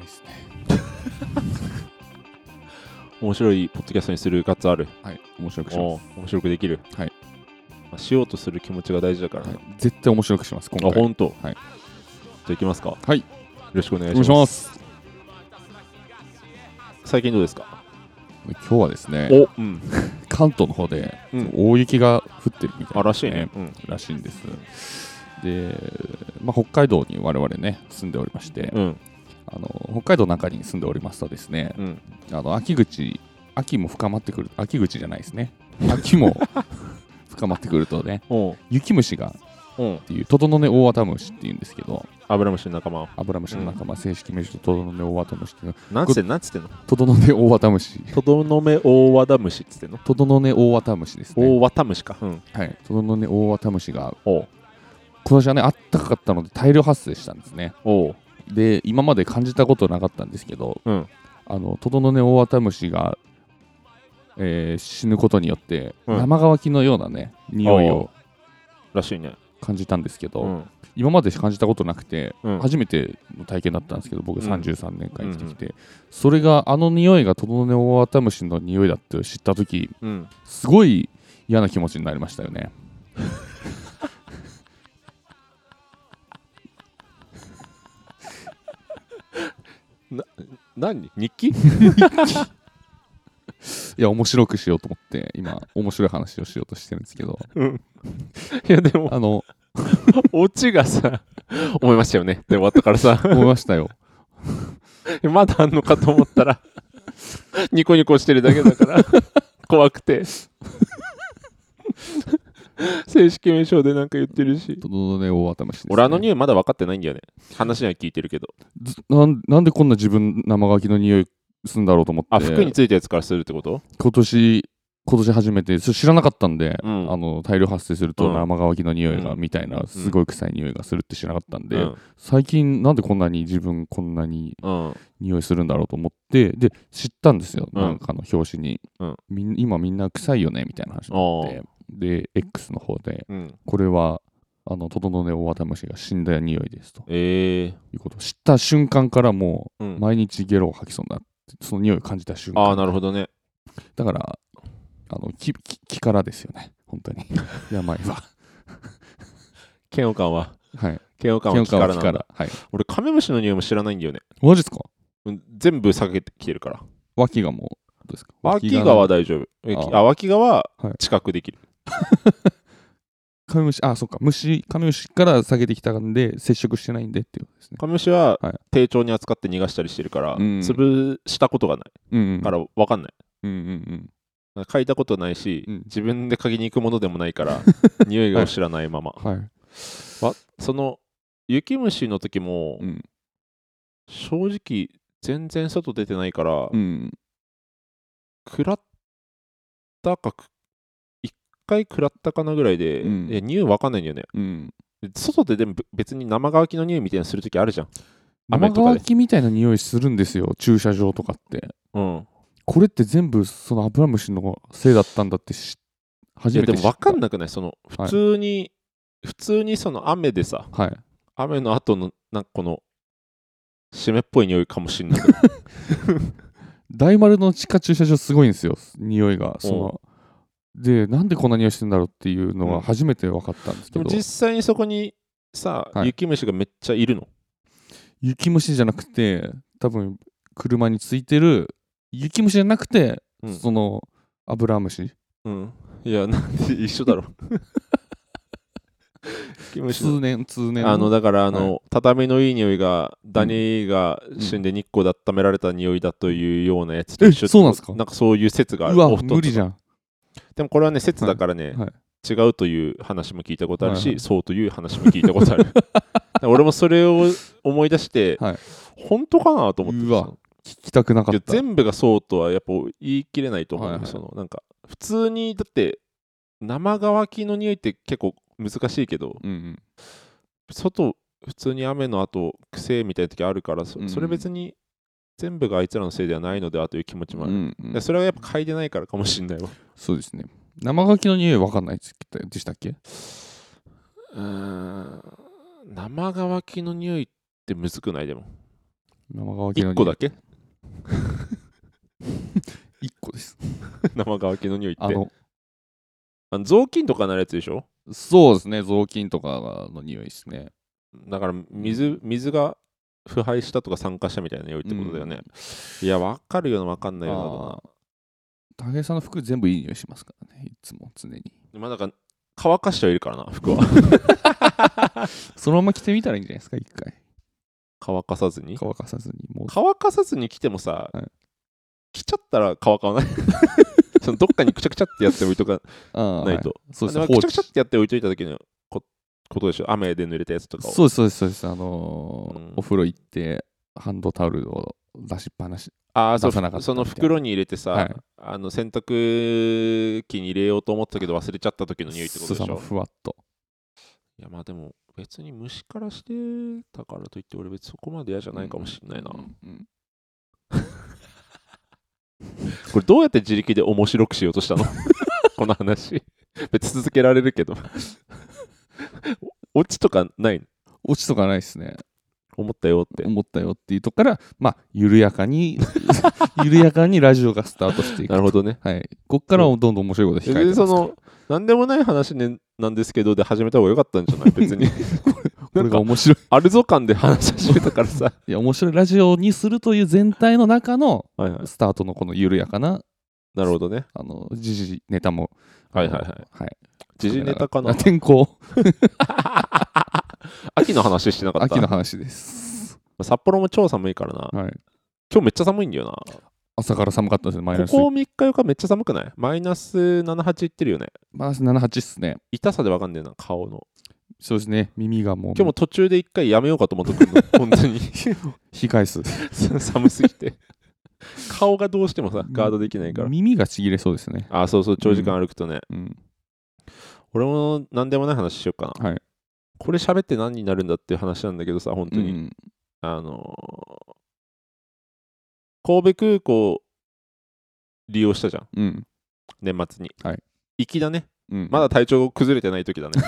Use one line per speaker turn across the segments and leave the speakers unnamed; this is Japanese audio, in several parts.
ですね。
面白いポッドキャストにするガッツある。
はい、面白くし
お
ま
う面白くできる。
はい
まあ。しようとする気持ちが大事だから
す。は
ね。
い、絶対面白くします、今
あ、
回。
ほんと。
はい
じゃあ行きますか。
はい
よろしくお願
お
い
願い
し
し
ま。
ますす。
最近どうですか
今日はですね、
おうん。
関東の方で
うん
大雪が降ってるみたいな、
あ、らしいね。うん。
らしいんです。で、まあ、北海道に我々ね、住んでおりまして、
うん。
あの北海道の中に住んでおりますとですね、
うん。
あの秋口、秋も深まってくる、秋口じゃないですね、秋 も深まってくるとね、
おう。
雪虫がっ
うん。
ていう、トドノネオオワタムシっていうんですけど、
アブラムシの仲間。
アブラムシの仲間、正式名称トドノネオオワタムシっていうの
なんつってんのなんつってんの
トドノネオオワタムシ、
とどのめ大和田虫っつってんの
トドノネオオワタムシですね。
大和田虫か。うん。
はい、トドノネオオワタムシが、
おう。
今年はね、あったかかったので大量発生したんですね。
おう。
で、今まで感じたことなかったんですけど、
うん。
あのトドノネオオワタムシが、えー死ぬことによって、
うん
生乾きのようなね、匂いを
らしいね。
感じたんですけど、
うん。
今まで感じたことなくて、
うん
初めての体験だったんですけど僕
うん
33年間生きてきて、それがあの匂いがトドノネオオワタムシの匂いだって知った時
うん。
すごい嫌な気持ちになりましたよね
何日記
いや面白くしようと思って今面白い話をしようとしてるんですけ ど
うん。いや、でも、
あの
オチがさ、思いましたよね。で終わったからさ、
思いましたよ
まだあんのかと思ったら、 ニコニコしてるだけだから、 怖くて。 正式名称でなんか言ってるし。
トドノネオオワタムシですね、
俺あの匂いまだ分かってないんだよね。話には聞いてるけど。
ずなんなんでこんな自分生乾きの匂いするんだろうと思って
あ、服についたやつからするってこと
今年今年初めてそれ知らなかったんで、
うん
あの大量発生すると
うん
生乾きの匂いが、
うん
みたいなすごい臭い匂いがするって知らなかったんで、
うん。
最近なんでこんなに自分こんなに
うん。
匂いするんだろうと思ってで知ったんですよ、
うん
なんかの表紙に、
うん
みん今みんな臭いよねみたいな話になってで X の方で
うん、
これはあのトドノネオオワタムシが死んだ匂いですと
え
いうことを知った瞬間からも
ー。う、
うん毎日ゲロを吐きそうになってその匂いを感じた瞬間
ああ、なるほどね。
だから、あの木木木からですよね、本 当に。病は。
嫌悪感は。
はい。
嫌悪感は木からなん
木
だ
から。はい。
俺、カメムシの匂いも知らないんだよね。
マジですか
うん全部避けてきてるから。
脇がもう、どうですか
脇側は
だ。
大丈夫。え
あ
あ、脇側は
はい
近くできる。
カメムシ、あ、そっか、虫、カメムシから下げてきたんで、接触してないんでっていうことですね。
カメムシは
はい
丁重に扱って逃がしたりしてるから、
うん
潰したことがな
うん、う
い
ん。
から分かんない。
うんうんうん。
嗅いだことないし、
うん
自分で嗅ぎに行くものでもな いから、匂いを知らないまま。
はい。
その雪虫の時も、
うん。
正直全然外出てないから、
うん。
食らったかく、一回食らったかなぐらいで、
うん
いや匂い分かんないんだよね。
うん。
外ででも別に生乾きの匂いみたいなのする時あるじゃん。雨
生
とか
乾
で。
きみたいな匂いするんですよ、駐車場とかって。
うん
これって全部、そのアブラムシのせいだったんだってし、
い
初
や
め
で
て
も
知った。
分かんなくないその
はい
普通に、普通にその雨でさ
はい。
雨の後のなんかこの湿っぽい匂いかもしんない
大丸の地下駐車場すごいんですよ匂いがそのでなんでこんな匂いしてんだろうっていうの
うん
は初めて分かったんですけ
で
ど
も、実際にそこにさ、
はい
雪虫がめっちゃいるの
雪虫じゃなくて多分車についてる雪虫じゃなくて、
うん
そのアブラムシ
うんいやなんで一緒だろ 雪虫の
通年通年
あのだからあの、
は
畳のいい匂いがダニが死んで日光で温められた匂いだというようなやつと一緒
えそうなんすか
なんかそういう説がある
うわ
お布団とか
無理じゃん
でもこれはね説だからね、
はい
違うという話も聞いたことある
は
し、
いはい
そうという話も聞いた ことあるだから俺もそれを思い出して、
はい
本当かなと思って
うわ聞きたくなか
いや
った
全部がそうとはやっぱ言い切れないと思う、
はいはい
そのなんか普通にだって生乾きの匂いって結構難しいけど
うんうん
外普通に雨の後癖みたいな時あるからそ
うん
それ別に全部があいつらのせいではないのではという気持ちもあ
う
る、
んうん
でそれはやっぱ嗅いでないからかもしれないわ
そうですね生乾きの匂い分かんないでしたっけ
うーん生乾きの匂いってむずくないでも
生乾きの匂
1個
い。
だけ
1個です。
生乾きの匂いって
あの、
あの雑巾とかなるやつでしょ
そうですね、雑巾とかの匂いですね。
だから水水が腐敗したとか酸化したみたいな匂いってことだよね、いや分かるような分かんないようなだ
あー武井さんの服全部いい匂いしますからね、いつも常に。
なまあだから乾かしてはいるからな服は
そのまま着てみたらいいんじゃないですか、一回。
乾かさずに
乾かさずに。もう
乾かさずに来てもさ、
はい
来ちゃったら乾かない そのどっかにくちゃくちゃってやって置いとか
あー
ない
は
と、
いそうです
で
ね、
も
放
くちゃく
置
ちゃってやって置いといた時のこことでしょ雨で濡れたやつとかを
そうです、そうです、そうです。あのー
うん
お風呂行って、ハンドタオルを出しっぱなし。
ああそ
出さなかっ
う
た
その
みたいな
袋に入れてさ、
はい
あの洗濯機に入れようと思ったけど忘れちゃった時の匂いってことでし
そう
ょ
そうふわっと。
いやまあでも別に虫からしてたからといって俺別にそこまで嫌じゃないかもしれないな、
うんうん
これどうやって自力で面白くしようとし たのこの話別に続けられるけどおオチとかないの
落ちとかないですね。
思ったよって、
思ったよっていうとこから、まあ、緩やかに、 緩やかにラジオがスタートしていく。
なるほどね
はい。こっからはどんどん面白いこと控え
別
てま
に
すか
そ
ら
の何でもない話、ね、なんですけどで始めた方が良かったんじゃない 別に
これが
なん
面白い。
あるぞ感で話し始めたか らさ
いや、面白いラジオにするという全体の中の
はい、はい、
スタートのこの緩やかな、
なるほどね
あの、時事ネタも。
はいはいはい
はい。
時事ネタかな
あ天候、
秋の話してなかった
秋の話です。
札幌も超寒いからな
はい。
今日めっちゃ寒いんだよな
朝から寒かったですね、マイナ
こ
ス。
こ3日4日めっちゃ寒くないマイナス78いってるよね
マイナス7、8っすね。
痛さでわかんねえな顔の
そうですね、耳がもう、
今日も途中で一回やめようかと思ってくるの 本当に
控えす。
寒すぎて顔がどうしてもさ ガードできないから
耳がちぎれそうですね。
あそうそう長時間歩くとね、
うん。
俺も何でもない話しようかな、
はい
これ喋って何になるんだっていう話なんだけどさ本当に、
うん
あのー神戸空港利用したじゃん
うん。
年末に、
はい
行きだね
うん。
まだ体調崩れてない時だね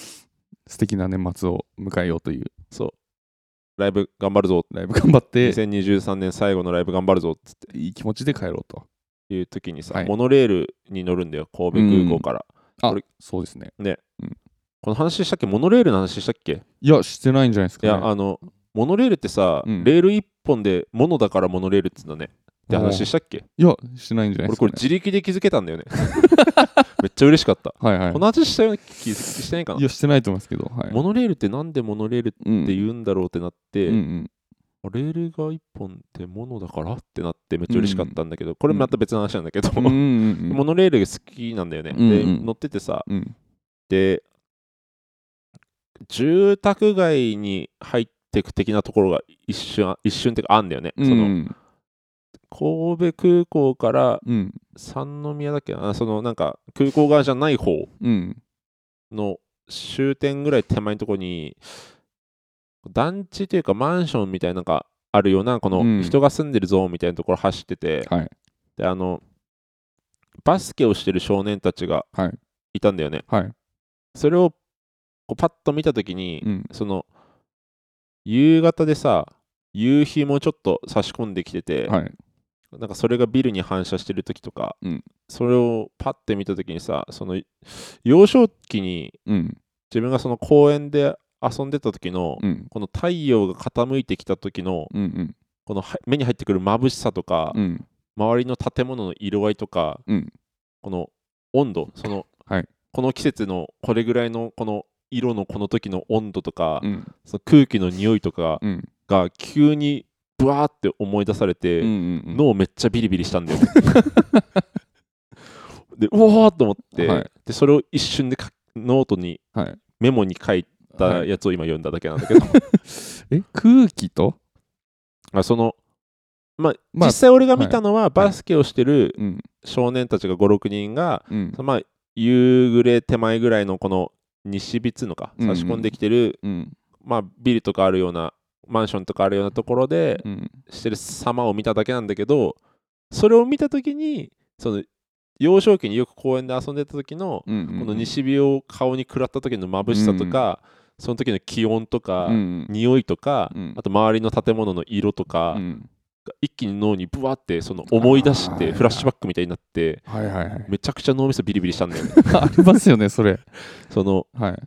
素敵な年末を迎えようという
ライブ頑張るぞ
ライブ頑張って
2023年最後のライブ頑張るぞっつっ
いい気持ちで帰ろうと
ていう時にさ、
はい
モノレールに乗るんだよ神戸空港から、
あ
これ
そうですね
この話したっけモノレールの話したっけ、
いやしてないんじゃないです
い
か、ね、
やあのモノレールってさ、
うん
レール一本でモノだからモノレールっつうんだねって話したっけ
いやしてないんじゃないで
俺
すか、
こ
ね
れ、自力で気づけたんだ よねめっちゃ嬉しかった
はいはい
この話したような気づきしてないか
い
な
やしてないと思いますけどはい
モノレールってなんでモノレールって
うん
言うんだろうってなって、
うんうん
レールが一本でモノだからってなってめっちゃ嬉しかったんだけど、これまた別の話なんだけど、
うんうんうん
モノレールが好きなんだよね。
うん
で
うん
乗っててさ
うん
で住宅街に入ってく的なところが一瞬一瞬っていうかあんだよね。
うん
その
うん
神戸空港から
うん
三宮だっけなあそのなんか空港側じゃない方
うん
の終点ぐらい手前のところに団地というかマンションみたいなのがあるようなこ
うん
の人が住んでるゾーンみたいなところ走ってて、
はい
であのバスケをしてる少年たちが
はい
いたんだよね。
はい
それをこうパッと見た時に、
うん
その夕方でさ夕日もちょっと差し込んできてて、
はい
なんかそれがビルに反射してる時とか、
うん
それをパッて見た時にさその幼少期に
うん
自分がその公園で遊んでた時の、
うん
この太陽が傾いてきた時の
うんうん
このは目に入ってくる眩しさとか、
うん
周りの建物の色合いとか、
うん
この温度その、
はい
この季節のこれぐらいのこの色のこの時の温度とか、
うん
その空気の匂いとか
うん
が急にブワーって思い出されて、
うんうん
脳めっちゃビリビリしたんだよね。でうわーっと思って、
はい
でそれを一瞬でかノートに
はい
メモに書い
は
た
い
やつを今読んだだけなん だけど、
え空気と
あその、まあ
まあ
実際俺が見たのは、バスケをしてる
うん
少年たちが56人が、
うん
まあ夕暮れ手前ぐらいのこの西日っつうのか
うんう
差
ん
し込んできてる、
うん
まあビルとかあるようなマンションとかあるようなところで
うん
してる様を見ただけなんだけどそれを見た時にその幼少期によく公園で遊んでた時の
うん
この西日を顔に食らった時の眩しさとか、その時の気温とか、
うん
匂いとか、
うん
あと周りの建物の色とか、
うん
一気に脳にブワーってその思い出し
あ
て
ー
フラッシュバックみたいになって
はいはいはい
めちゃくちゃ脳みそビリビリしたんだよね
ありますよねそれ
その
はい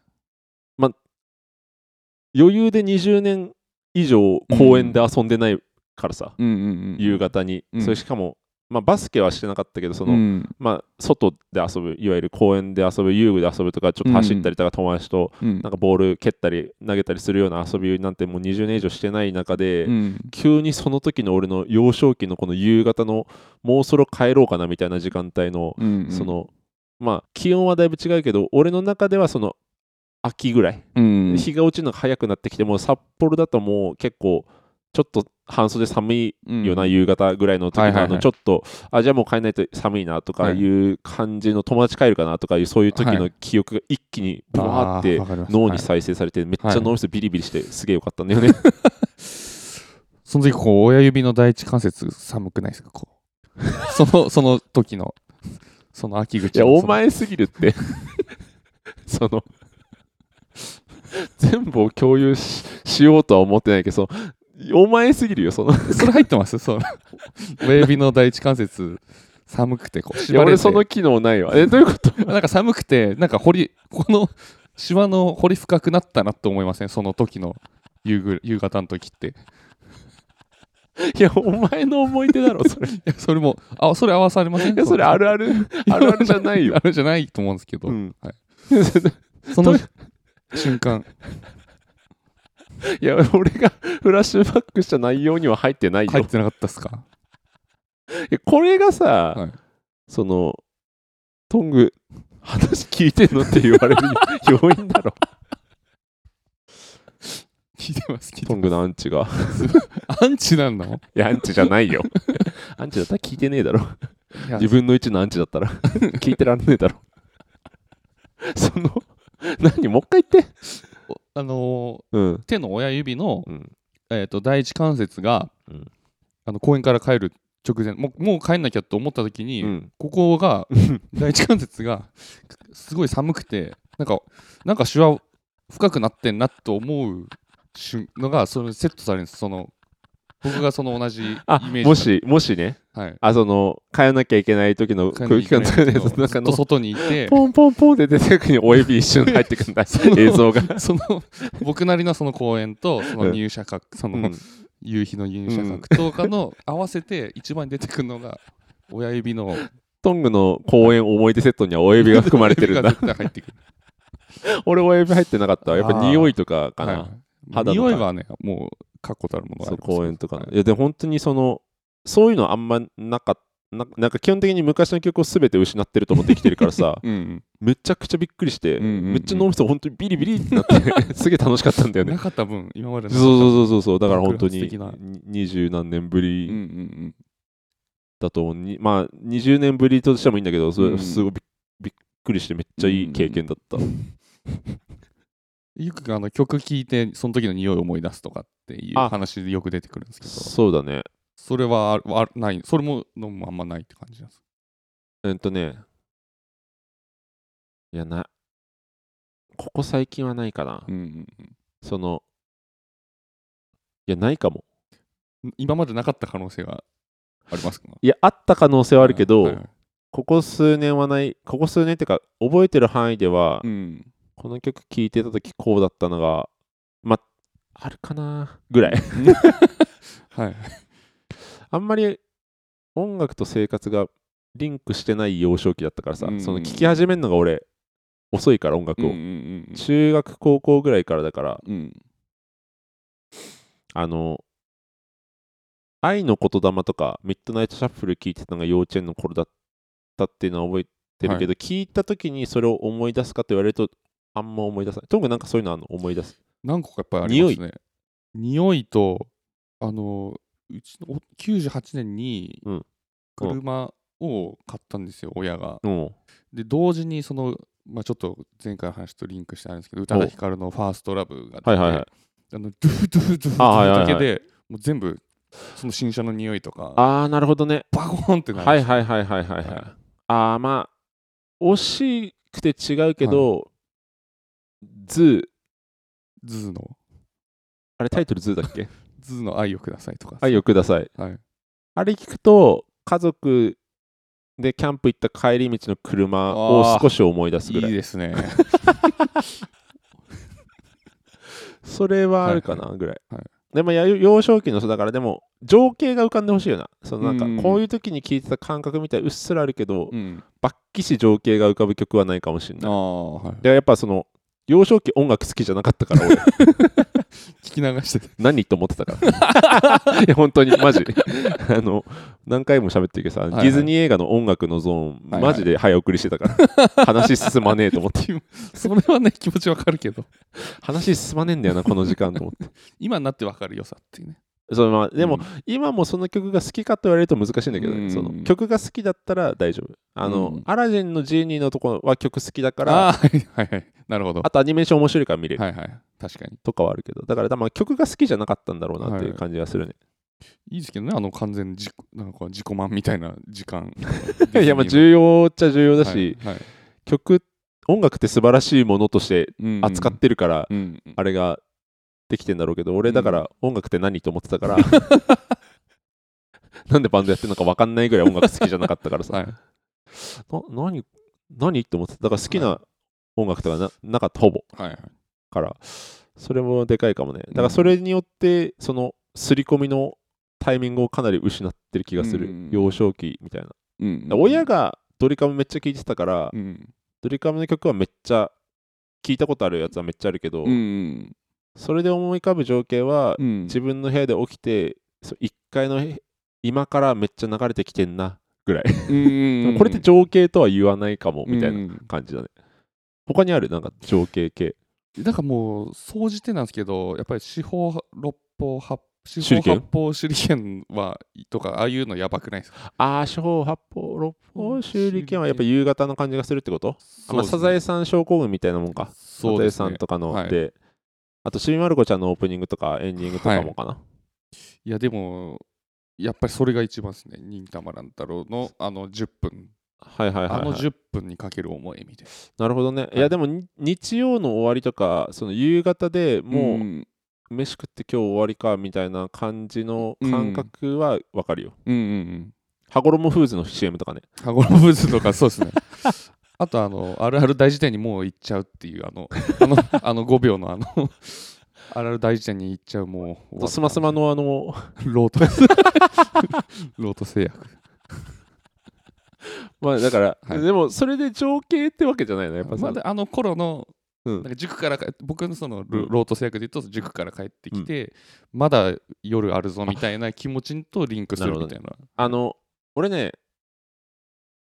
余裕で20年以上公園で遊んでないからさ、
うんうんうん
夕方に、
うん
それしかも、まあ、バスケはしてなかったけどその、
うん
まあ、外で遊ぶいわゆる公園で遊ぶ遊具で遊ぶとかちょっと走ったりとか、友達と
うん
なんかボール蹴ったり投げたりするような遊びなんてもう20年以上してない中で、
うん
急にその時の俺の幼少期のこの夕方のもうそろ帰ろうかなみたいな時間帯の、
うんうん
そのまあ気温はだいぶ違うけど俺の中ではその秋ぐらい、
うん
日が落ちるのが早くなってきてもう札幌だともう結構ちょっと半袖寒いような
うん
夕方ぐらいの時
はい
の
はい
あ
はい
のちょっとあじゃあもう帰んないと寒いなとかいう感じの友達帰るかなとかいうそういう時
は
の記憶が一気にブワーって
あわかります
脳
は
に
い
再生されてめっち
は
ゃ
い
脳みそビリビリしてすげえよかったんだよね
その時こう親指の第一関節寒くないですかこう そのその時のその秋口
い
の
や
その
お前すぎるって その全部を共有ししようとは思ってないけどそのお前すぎるよその
それ入ってますその親指の第一関節寒くてこう
い
縛
や
れて
俺その機能ないわえどういうこと
なんか寒くてなんか掘りこのシワの掘り深くなったなって思いません、その時の夕ぐ夕方の時って
いやお前の思い出だろ それ
いやそれもあそれ合わされません
いやそれあるあるあるあるじゃないよ
あれじゃないと思うんですけど、
うん
はい
い
その瞬間
や俺がフラッシュバックした内容には入ってないよ、
入ってなかったっすか
いやこれがさ、
はい
そのトング話聞いてんのって言われる 要因だろ
聞いてます聞い
ト
て
ングのアンチが
アンチなんの
いやアンチじゃないよ アンチだったら聞いてねえだろ
いや
自分の位置のアンチだったら 聞いてらんねえだろ その何もう一回言って
おあの
うん
ー手の親指の、
うん
えー、と第一関節が、
うん
あの公園から帰る直前もうもう帰んなきゃと思った時に、
うん
ここが 第一関節がすごい寒くてなんかなんかシワ深くなってんなと思う瞬のがそれセットされるんですその僕がその同じイメ
あ
ージ
もしもしね
はい
あその変えなきゃいけない時の空気感とかねその
ず
中
っ
の
と外にい て
ポンポンポンで出てくるに親指一瞬入ってく んだ映像が、
その僕なりのその公園とその入社格その、
うん
夕日の入社格闘家の合わせて一番に出てくるのが親指の
トングの公演思い出セットには親指が含まれてるんだ
絶対入ってくる
俺親指入ってなかったわやっぱ匂いとかかな、
はい
肌の
匂いはねもう確固たるものがあ
そう
ります
公演とかの、
はい
い、やでも本当にそのそういうのあんまなかったななんか基本的に昔の曲を全て失ってると思ってきてるからさ
うん
めちゃくちゃびっくりして、
うんうんうん
めっちゃ脳みそ本当にビリビリってなって すげえ楽しかったんだよね
なかった分今まで
そう
の
そうそうそうだから本当
爆
に
発的な
二十何年ぶり、
うんうん
だと思うにまあ20年ぶりとしてもいいんだけどそれ
うん
すごいび,、びっくりしてめっちゃいい経験だった、
うんよくあの曲聴いてその時の匂いを思い出すとかっていう
あ
話でよく出てくるんですけど
そうだね
それはああないそれものもあんまないって感じなんです
えっとねいやなここ最近はないかな、
うん
そのいやないかも
うん今までなかった可能性がありますか
いやあった可能性はあるけど、
はいはい
ここ数年はないここ数年っていうか覚えてる範囲では、
うん
この曲聴いてた時こうだったのがまあるかなぐらい
はい
あんまり音楽と生活がリンクしてない幼少期だったからさ、
うんうん
その聴き始めるのが俺遅いから音楽を、
うんうんうん
中学高校ぐらいからだから
うん
あの「愛の言霊」とか「ミッドナイトシャッフル」聴いてたのが幼稚園の頃だったっていうのは覚えてるけど、聴いた時にそれを思い出すかと言われるとあんま思い出さないともかくなんかそういうのあんの思い出す
何個かやっぱりありますね。匂いと、あの、うちのお98年に
うん
車を買ったんですよ、親が。
うん
で、同時にその、まあ、ちょっと前回の話とリンクしてあるんですけど、宇多田ヒカルの「ファーストラブが出て、
はいはいはい
あのドゥフドゥフドゥフ
あはいはいは
だ
い
けで、もう全部、その新車の匂いとか、
ああなるほどね
バコーンってなる。
はいはいはいはいはいはい、
はい
ああまあ惜しくて違うけど、ズー
ズーの、
あれタイトルズーだっけ
ズーの愛をくださいとか。
愛をください。
はい。
あれ聞くと、家族でキャンプ行った帰り道の車を少し思い出す
い
ぐらい。
いですね。
それはあるか
は
なぐらい。
はい
でもや幼少期の人だからでも情景が浮かんでほしいよな。そのな
うんん
かこういう時に聴いてた感覚みたいうっすらあるけど、
うん。
バッキシ情景が浮かぶ曲はないかもしれ
あ
ない。
あ、はい。
でやっぱその幼少期音楽好きじゃなかったから 俺
聞き流してて。
何と思ってたから いや本当にマジあの何回も喋ってるけどさ、
いはい
ディズニー映画の音楽のゾーン、
はいはい
マジで早送りしてたから話進まねえと思って
それはね、気持ちわかるけど、
話進まねえんだよなこの時間と思 って
今になってわかる良さっていうね。
そのまあでも、
うん、
今もその曲が好きかと言われると難しいんだけどね、
うん
その曲が好きだったら大丈夫あの、
うん
アラジンのジーニーのところは曲好きだから
あ
あ
あ、はいはいはい。なるほど。は
とアニメーション面白いから見れ
い
る
はい。確かに。
とかはあるけど、だから多分曲が好きじゃなかったんだろうなっていう感じがするね、
いいですけどね、あの完全に自己なんか自己満みたいな時間。
い、やまあ重要っちゃ重要
要
だし、曲音楽って素晴らしいものとして扱っ、てるから、
うんうんうん
あれができてんだろうけど俺だから音楽って何と思って たから、なんでバンドやってるのか分かんないぐらい音楽好きじゃなかったからさ、
はい、
な何何って思ってただから好きな音楽とかな,、なかったほぼ
はいはい。
からそれもでかいかもね
う
だから
ん
それによってその刷り込みのタイミングをかなり失ってる気がする、
うん
幼少期みたいなだか
うん
ら親、がドリカムめっちゃ聴いてたから、
うん
ドリカムの曲はめっちゃ聴いたことあるやつはめっちゃあるけど、
うん
それで思い浮かぶ情景は、
うん、
自分の部屋で起きて1階のへ今からめっちゃ流れてきてんなぐらい、でもこれって情景とは言わないかもみたいな、
な。
感じだね。他にあるなんか情景系。
だからもう、総じてなんですけど、やっぱり四方六方八四
手裏
方
剣
八方手裏剣はとか、ああいうのやばくないですか
ああ、四方八方六方修理剣はやっぱ夕方の感じがするってこと、あまあ、サザエさん症候群みたいなもんか。
そうです
サザエ
ね
さんとかの、
はい
で、あとちびまる子ちゃんのオープニングとかエンディングとかもかな。
いや、でも、やっぱりそれが一番ですね。忍たま乱太郎のあの10分、
はい、はい、はいはい
あの10分にかける思いみたい
なるほどね。い、
は
や
い
でもに日曜の終わりとか、その夕方で
な。
もうんう飯食って今日終わりかみたいな感じの感覚はわかるよ。
うんうん。
羽衣フーズの CM とかね。
羽衣ブーツとかそうですね。 あとあの、あるある大事典にもう行っちゃうっていう、あの、あ のあの5秒のあの、あるある大事典に行っちゃうもう、
スマスマ、のあの、
ロート、ロート製薬。
まあだから、
はい
でもそれで情景ってわけじゃないのやっぱさ、
まだあの頃の、
うん
なんか塾からか、僕のそのロロート製薬で言うと、塾から帰ってきて、まだ夜あるぞみたいな気持ちとリンクするみ たいな。
あの、俺ね、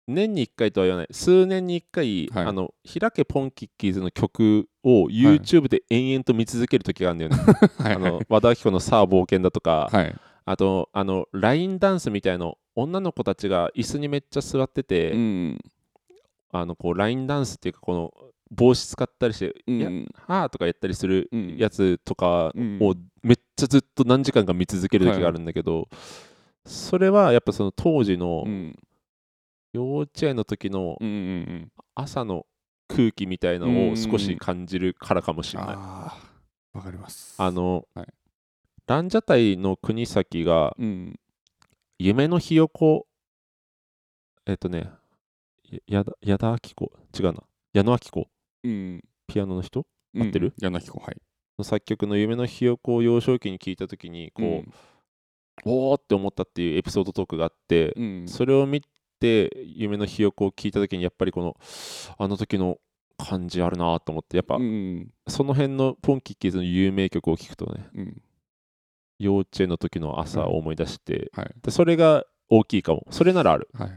年に1回とは言わない、数年に1回、
はい
あの、開けポンキッキーズの曲を YouTube で延々と見続ける時があるんだよね。
はい
あ
はい
の、和田アキ子のさあ冒険だとか、
はい。
あと、あの、ラインダンスみたいの、女の子たちが椅子にめっちゃ座ってて、
うん。
あの、こう、ラインダンスっていうか、この、帽子使ったりして、
うん
いや、はーとかやったりする
うん
やつとか
うん
をめっちゃずっと何時間か見続ける時があるんだけど、それはやっぱその当時の
うん。
幼稚園の時の
うんうんうん。
朝の空気みたいなのを少し感じるからかもしれない。
ああ、わかります。
あ、の、
はい
ランジャタイの国崎が
うん。
夢のひよこえっとねや矢田矢田明子違うな矢野明子
うん。
ピアノの人
合
ってる
柳子、はい。
の作曲の「夢のひよこ」を幼少期に聞いた時にこう、おーって思ったっていうエピソードトークがあって、
うん、うん
それを見て夢のひよこを聞いた時にやっぱりこのあの時の感じあるなと思ってやっぱ、
うん
その辺のポンキッキーズの有名曲を聞くとね
うん
幼稚園の時の朝を思い出して、
はい
でそれが大きいかもそれならある
はい、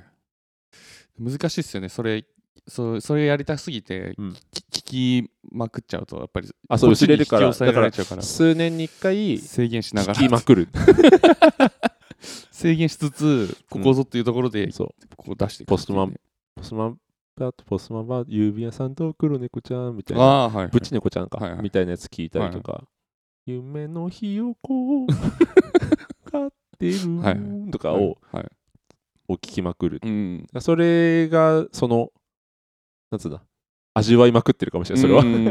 難しいっすよね、それ、そうそれやりたすぎて、
うん
き聞きまくっちゃうと、やっぱり、
あそう薄れるから
こっちに引き寄せられちゃうから、
数年に1回
制限しなが
聞き
ら、
まくる
制限しつつ、ここぞっていうところで、
そう
こう出していく
ポストマンポスマンバートポスマンバート郵便屋さんと黒猫ちゃんみたいな
ああー、はい、
ブチ猫ちゃんか、
はいはい
みたいなやつ聞いたりとか、夢のひよこ を飼ってる
はい
とかを,、
はいはい
を聞きまくる。
うん、
それが、 その、なんつうんだ、味わいまくってるかもしれない、それは。
うん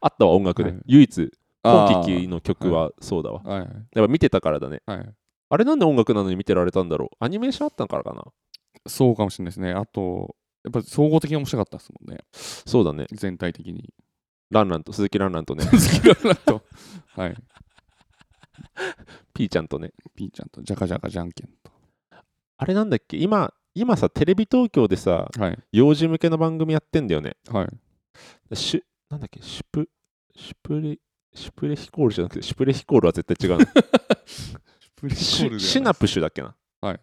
あったわ、音楽で。
はい
唯一、
あ
今
ー
季の曲はそうだわ。
はいはい
やっぱ見てたからだね。
いはい
あれなんで音楽なのに見てられたんだろうアニメーションあったからかな
そうかもしれないですねあとやっぱ総合的に面白かったですもんね
そうだね。
全体的に
ランランと、鈴木ランラン とね、
好きだなとはい
ピーちゃんとね。
ピーちゃんとジャカジャカじゃんけん
あれなんだっけ今、今さ、テレビ東京でさ、
とはい
幼児向けの番組やってんだよね。
はい
シュ、なんだっけシュプ、シュプレ、シュプレヒコールじゃなくて、シュプレヒコールは絶対違う の。
プリ
シュシナプシュだっけな。
はい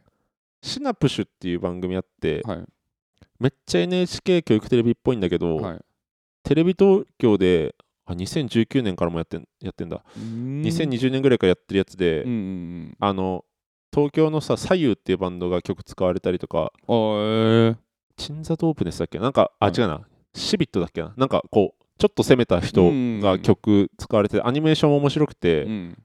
シナプシュっていう番組あって、
はい
めっちゃ NHK 教育テレビっぽいんだけど、
はい
テレビ東京で、あ、2019年からもやってんやってんだ。
2020
2020年ぐらいからやってるやつで、
うんうんうん
あの、東京のさ、左右っていうバンドが曲使われたりとか、
あーえー
チンザドープネスだっけなんか、あ、
はい
違うな、シビットだっけななんかこう、ちょっと攻めた人が曲使われてて、アニメーションも面白くて、
うん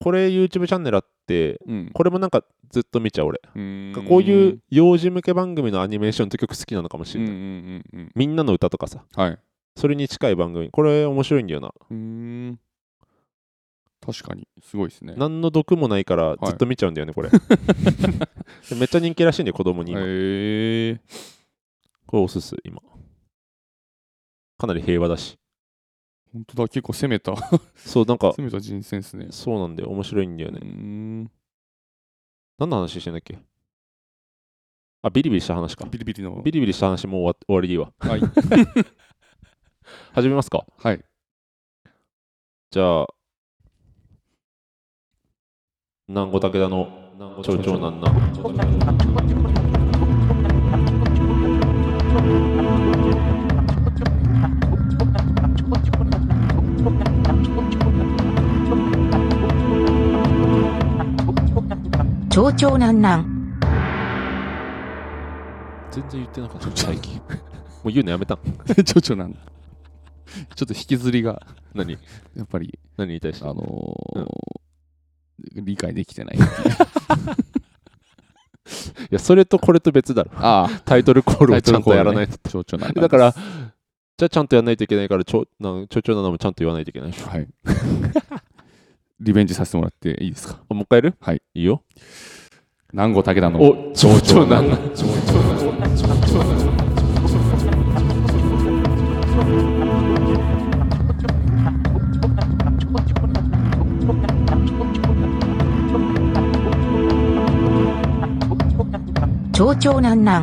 これ YouTube チャンネルあって、
うん
これもなんかずっと見ちゃう俺。
うーん
こういう幼児向け番組のアニメーションって曲好きなのかもし
うん
れ
う
なんい。
うんうん
みんなの歌とかさ、
はい
それに近い番組、これ面白いんだよな。
うーん確かにすごいですね
何の毒もないから
い
ずっと見ちゃうんだよね、 これ。でめっちゃ人気らしいんだよ、子供に今。
へえ
これおすす、今。かなり平和だし。
本当だ結構攻めた
そう、なんか、
攻めた人選ですね
そうなんだよ、面白いんだよ
う
ね。
ーん
何の話してんだっけあ、ビリビリした話か。
ビリビリの
ビリビリした話もう終わ終わりでいいわ。
はい
始めますか。
はい
じゃあ、南後武田の長長男な。
長々なんなん。
全然言ってなかった、最近。もう言うのやめた。
ちょちょなんだちょっと引きずりが
何
やっぱり
何に対して
あのー理解できてない
いや、それとこれと別だろ。
ああ
タイトルコールをちゃんとやらないと。
ちょちょなん
だから、じゃあちゃんとやらないといけないから、ちょ、なんちょちょなのもちゃんと言わないといけないでしょ。
はいリベンジさせてもらっていいですか
あもう一回やる
はい。
いいよ。
南郷武田の
お、ちょちょなん
長々なんなん。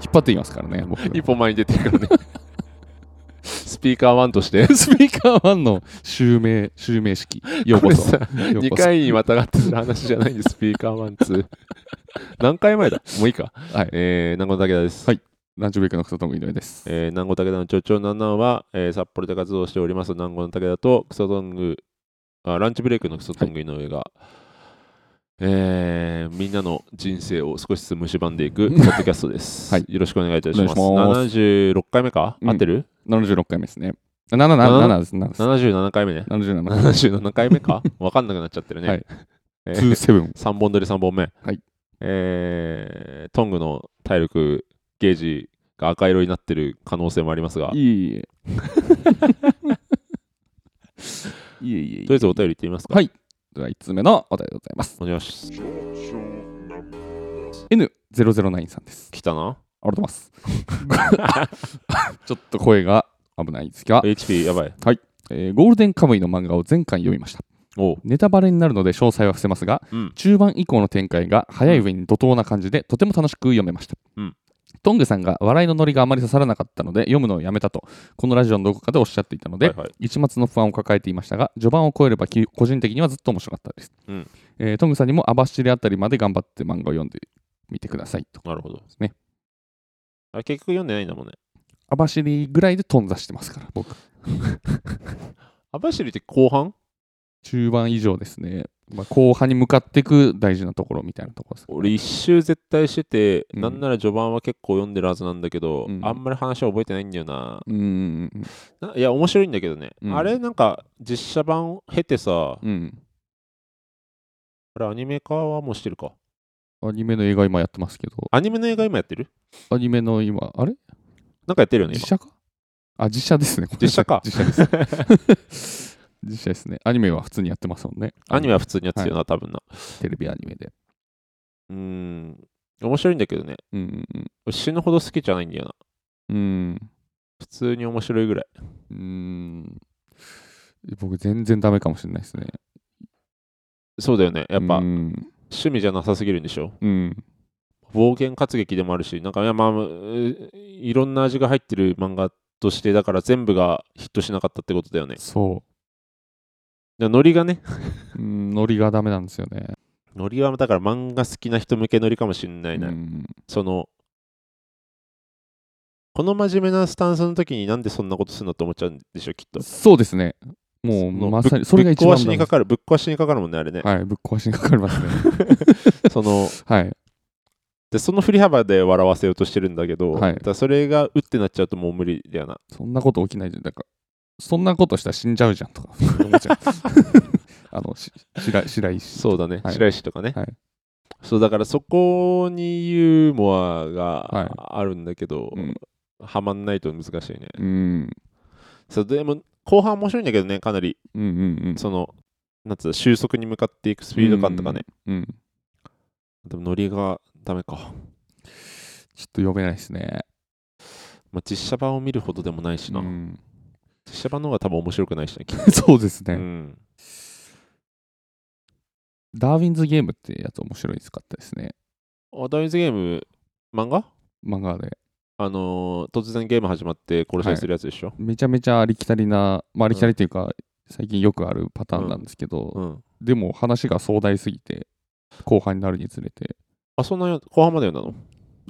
引っ張っていますからね僕
一歩前に出てるからね。 スピーカー1として、
スピーカー1の襲名襲名式ようこそ
これ
ようこ
2
そ
回にまたがってする話じゃないんで、スピーカー1、2。何回前だもういいか。
はい
えー、南郷武田です。
はいランチブレイクの草友井上です
えー、南郷武田のちょちょなんなんは、えー札幌で活動しております南郷の武田とクソトングあ、ランチブレイクのクソトング井上が、えーみんなの人生を少しずつ蝕んでいくポッドキャストで す。
はい
よろしくお願いいたします。
お願いしま
76回目か、
うん
合ってる
76回目ですね。あ77です。77です
?77 回 目ね。
77。
77回目かわかんなくなっちゃってるね。
はい
えー
27。
3本撮り3本目。
はい
えートングの体力ゲージが赤色になってる可能性もありますが、とり
いえいえ。いえいえいえ。
あえずお便りいってみますか。
はいでは1つ目のお題でございます。
お願いします。
N009 さんです。
来たな。
ありがとうございます。ちょっと声が危ないですが、
HP やばい。
えーゴールデンカムイの漫画を全巻読みました。
おう。
ネタバレになるので詳細は伏せますが、
うん。
中盤以降の展開が早い上に怒涛な感じでとても楽しく読めました、
うん
トングさんが笑いのノリがあまり刺さらなかったので読むのをやめたとこのラジオのどこかでおっしゃっていたので、
はいはい
一末の不安を抱えていましたが序盤を超えればき個人的にはずっと面白かったです、
うん
えートングさんにも網走あたりまで頑張って漫画を読んでみてくださいと
なるほど。
ね。
あれ結局読んでないんだもんね。
網走ぐらいで頓挫してますから僕
網走って後半
中盤以上ですね、まあ、後半に向かっていく大事なところみたいなところです
俺一周絶対してて、
うん
なんなら序盤は結構読んでるはずなんだけど、
うん
あんまり話は覚えてないんだよな。
うんうん
ないや、面白いんだけどね。
うん
あれなんか実写版を経てさ、
うんうん
あれアニメ化はもうしてるか。
アニメの映画今やってますけど
アニメの映画今やってる
アニメの今あれ
なんかやってるよね、
実写
今。
かあ、実写ですね。これ
実写か
実写 です。 実写ですね。アニメは普通にやってますもんね。
アニメは普通にやってるよな、多分な。
テレビアニメで。
うーん。面白いんだけどね。
うんうん
死ぬほど好きじゃないんだよな。
うん。うん
普通に面白いぐらい。
うーん僕全然ダメかもしれないですね。
そうだよね。やっぱ、
うん。
趣味じゃなさすぎるんでしょ。
うん。
冒険活劇でもあるし、なんか、いやまあ、ういろんな味が入ってる漫画として、だから全部がヒットしなかったってことだよね。
そ
でノリがね、
う。うん、ノリがダメなんですよね。
ノリはだから漫画好きな人向けノリかもしんないな。
うん
その、この真面目なスタンスの時になんでそんなことするのって思っちゃうんでしょ、きっと。
そうですね。もう
その
まさに
ぶ
それが一番
ぶっ壊しにかかる、ぶっ壊しにかかるもんね、あれね。
はい、ぶっ壊しにかかり ますね。
その、
はい。
で、その振り幅で笑わせようとしてるんだけど、
はい
だからそれがうってなっちゃうともう無理だよな。
そんなこと起きないじゃん。だから、そんなことしたら死んじゃうじゃんとか思っちゃう。 あの、し白い白石。
そうだね、
はい
白石とかね、
はい
そうだからそこにユーモア
はい
があるんだけど、
うん
はまんないと難しいね、
うん。
そうでも後半面白いんだけどねかなり
うんうんうん。
そのなんつうの収束に向かっていくスピード感とかね、
うん。
でもノリがダメか、
ちょっと読めないですね。
まあ、実写版を見るほどでもないしな、
うん、
実写版の方が多分面白くないしね、きっと
そうですね、
うん、
ダーウィンズゲームってやつ面白いですかったですね。
あダイズゲーム漫画
漫画で。
あのー突然ゲーム始まって殺し合いするやつでしょ、
めちゃめちゃありきたりな、まあ、ありきたりというか、最近よくあるパターンなんですけど、
うん
でも話が壮大すぎて、後半になるにつれて、
あそんな後半まで読んだの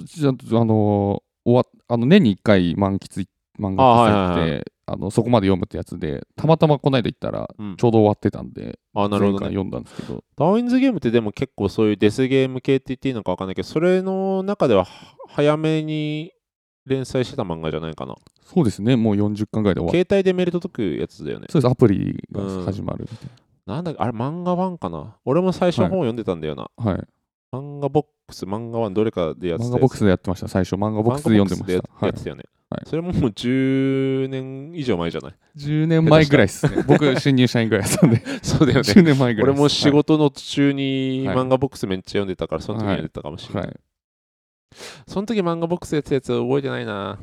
ちゃんとあの終わあの年に1回満喫い漫画喫茶行ってあ、
あはいはい
のそこまで読むってやつでたまたまこの間行ったら
うん
ちょうど終わってたんで、
あなる
前
ほどね
回読んだんですけど
ダーウィンズゲームってでも結構そういうデスゲーム系って言っていいのか分かんないけど、それの中ではは早めに連載してた漫画じゃないかな。
そうですねもう40巻ぐらいで終わって
携帯でメール届くやつだよね。
そうですアプリ
う
が
ん
始まるみたい
なんだっけあれ漫画版かな俺も最初
はい
本読んでたんだよな。
な、はい、
漫画ボックス、漫画版どれかでやってた
漫
やつ
画ボックスでやってました最初漫画ボックスで読んでまし
漫
た、
画ボ
は
ッ
い
クスでややってたよね。
はい
それももう10年以上前じ ゃない
10年前ぐらいですね僕新入社員ぐらいだったんで
そう だよね。
10年前ぐらい
俺
です
も仕事の途中に
はい
漫画ボックスめっちゃ読んでたから、その時に
はい
読んでたかもしれ
はい、
ない。
はい
その時漫画ボックスやってたやつ覚えてないな。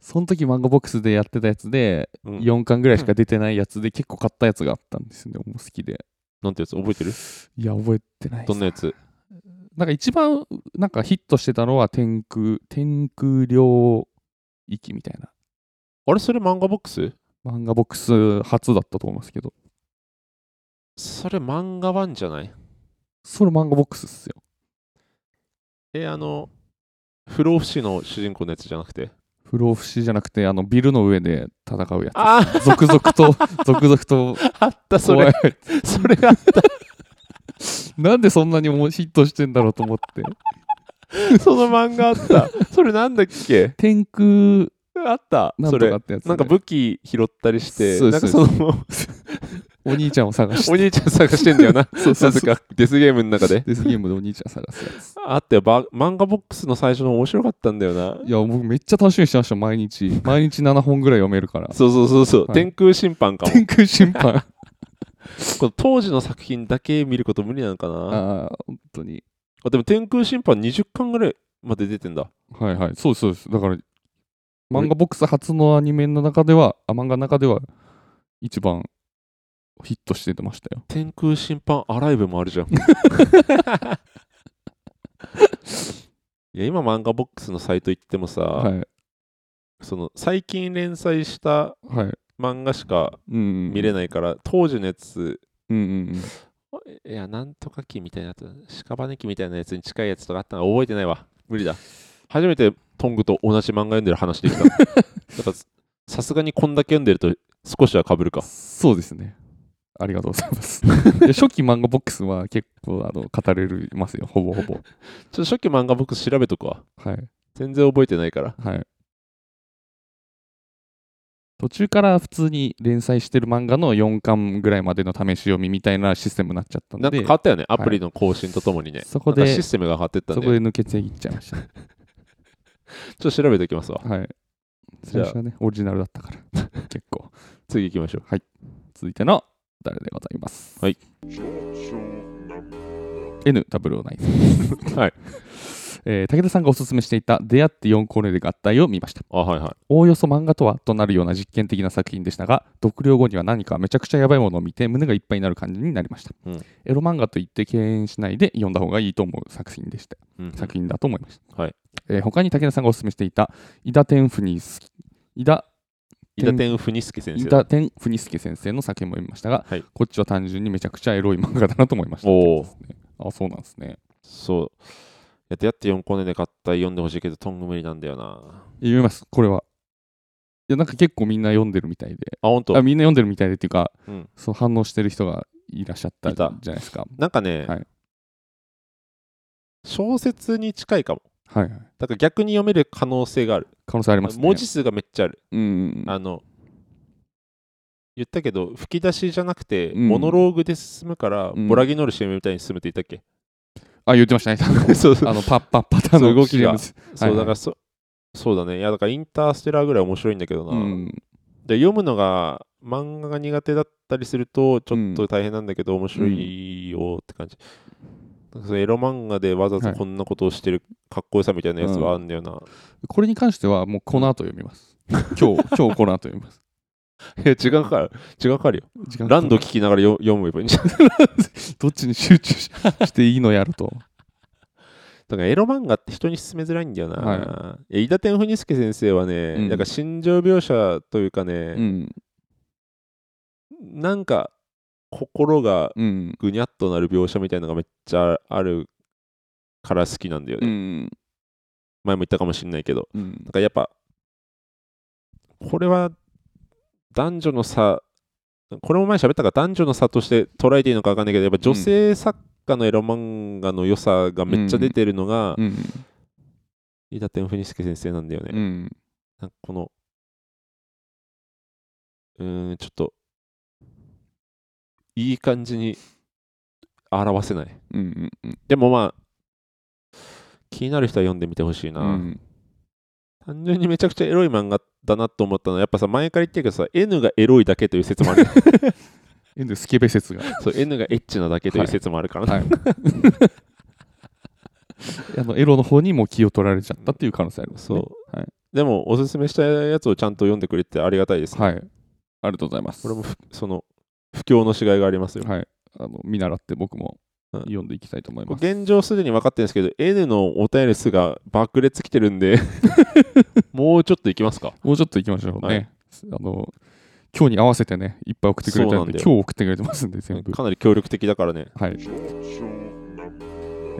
その時漫画ボックスでやってたやつで
うん
4巻ぐらいしか出てないやつで結構買ったやつがあったんですよねもう好きで
なんてやつ覚えてる
いや覚えてないっす
どんなやつ
なんか一番なんかヒットしてたのは天空天空領域みたいな
あれそれ漫画ボックス
漫画ボックス初だったと思いますけど
それ漫画版じゃない
それ漫画ボックスっすよ
え、あの、不老不死の主人公のやつじゃなくて。
不老不死じゃなくてあのビルの上で戦うや
あ
つ続々 と続々と
あった、そ
怖
れ
い。
それが、
なんでそんなにもうヒットしてんだろうと思 って
その漫画あった。 それなんだっけ
天空
あった、
なん
そ
とか
れ
っ。てやつ、ね、
なんか武器拾ったりして、
そう
な
で
んか
す
その、
お兄ちゃんを探し
お
て
兄ちゃん探してんだよな。
そうそうそう
なぜか、デスゲームの中で。
デスゲームでお兄ちゃん探すやつ
あったよ、ば漫画ボックスの最初の面白かったんだよな。
いや僕めっちゃ楽しみにしてました毎日 毎日7本ぐらい読めるから
そうそうそうそう、
はい
天空審 判かも。
天空審判
この当時の作品だけ見ること無理なのかな。
あ あ、本当に。
あでも天空審判20巻ぐらいまで出てんだ。
はいはい、そうです、そうです。だから、漫画ボックス初のアニメの中では、あ漫画の中では、一番ヒットしててましたよ。
天空審判アライブも あるじゃん。いや今漫画ボックスのサイト行ってもさ、
はい。
その最近連載した
はい。
漫画しか
うん。
見れ
ない。
ないから、当時のやつ
うんうんうん。
いやなんとか機みたいなやつ屍機みたいなやつに近いやつとかあったの覚えてないわ無理だ初めてトングと同じ漫画読んでる話 できただからさすがにこんだけ読んでると少しはかぶるか
そうですね。ありがとうござい ます。いや初期漫画ボックスは結構あの語れるますよ、ほぼほぼ。
ちょっと初期漫画ボックス調べとくわ
はい。
全然覚えてないから
はい。途中から普通に連載してる漫画の4巻ぐらいまでの試し読みみたいなシステムになっちゃったんで、
なんか変わったよね、アプリの更新とともにね。
そこで
なんかシステムが変わってったん
そ
で、
こ
ちょ
で抜けていっちゃいました。
っと調べておきますわ。
はい。
じ
最
ゃ
初
あ
はね、オリジナルだったから。 結構。
次行きましょう。
続いての誰でございます。
はい。
N009
はい、
えー武田さんがおすすめしていた出会って4コーナーで合体を見ました。
あ、はいはい。
おおよそ漫画とはとなるような実験的な作品でしたが読了後には何かめちゃくちゃやばいものを見て胸がいっぱいになる感じになりました、
うん
エロ漫画と言って敬遠しないで読んだ方がいいと思う作品でした、
うん
作品だと思いました、
はい
えー他に武田さんがお勧めしていた伊田天フニス伊田
伊田天フニスケ先
伊
生
田
だ。
天フニスケ先生の作品も読みましたが、
はい
こっちは単純にめちゃくちゃエロい漫画だなと思いました
おー
あそうなんですね
そう。やってやって4コネで買った読んでほしいけど、トング無理なんだよな。
読みますこれはいやなんか結構みんな読んでるみたいで
あ、ほんと
あ。みんな読んでるみたいでっていうか、
うん
そう反応してる人がいらっしゃった
い
じゃ
た
ないですか。
なんかね、
はい
小説に近いかも。
はいはい。
だから逆に読める可能性がある。
可能性ありますね。
文字数がめっちゃある。
うんうんうん。
あの、言ったけど、吹き出しじゃなくて、
うん
モノローグで進むから、
うん
ボラギノール CM みたいに進むって言った っけ、
あ、言ってました ね。
そうそう
あのパッパッパターンの
そう動き
CM
が
です
そう、
はいはい
だからそ、そうだね。いや、だからインターステラーぐらい面白いんだけどな。
うん。
で読むのが、漫画が苦手だったりすると、ちょっと大変なんだけど、面白いよって感じ。なんかそのエロ漫画でわざわざ
はい
こんなことをしてるかっこよさみたいなやつはあるんだよな。
これに関してはもうこの後読み ます。今日、今日この後読みます。
いや、時間かかる。時間か かるよ。
時間
ランド聞きながらよ読む ばいいんじゃん。
どっちに集中ししていいのやる と。
だからエロ漫画って人に勧めづらいんだよな。、
はい
や、飯田天文介先生はね、
うん
なんか心情描写というか
う
ね、
ん。
なんか心が
うん。
ぐにゃっとなる描写みたいなのがめっちゃあるから好きなんだよ
う
ね。
ん。
前も言ったかもしんないけど。
うん
なんかやっぱ、これは男女の差、これも前喋ったから男女の差として捉えていいのか分かんないけど、やっぱ女性作家のエロ漫画の良さがめっちゃ出てるのが、
うん。
飯田天文介先生なんだよね。
うん。
なんかこの、うーん、ちょっと、いい感じに表せない。
うん。
でもまあ、気になる人は読んでみてほしいな。
うん。
単純にめちゃくちゃエロい漫画だなと思ったのは、やっぱさ、前から言ってるけどさ、N がエロいだけという 説もある。
えでスケベ説が。
そう、N がエッチなだけという説もあるからね。
はい。あのエロの方にも気を取られちゃったっていう可能性あります
そ
ね。
う、
はい
でも、おすすめしたやつをちゃんと読んでくれてありがたいです、ね
はい。ありがとうございます。
これもふ、その、不況のしがいがありますよ。
はい。あの見習って僕も
うん
読んでいきたいと思い
こ
ます。
れ現状すでに分かってるんですけど N のお便り数が爆裂きてる んでもうちょっといきますか
もうちょっと行きましょうね。
はい
あの今日に合わせてね、いっぱい送ってくれてるんで、
そうなんだよ
今日送ってくれてますんで、全部。
かなり協力的だからね
はい。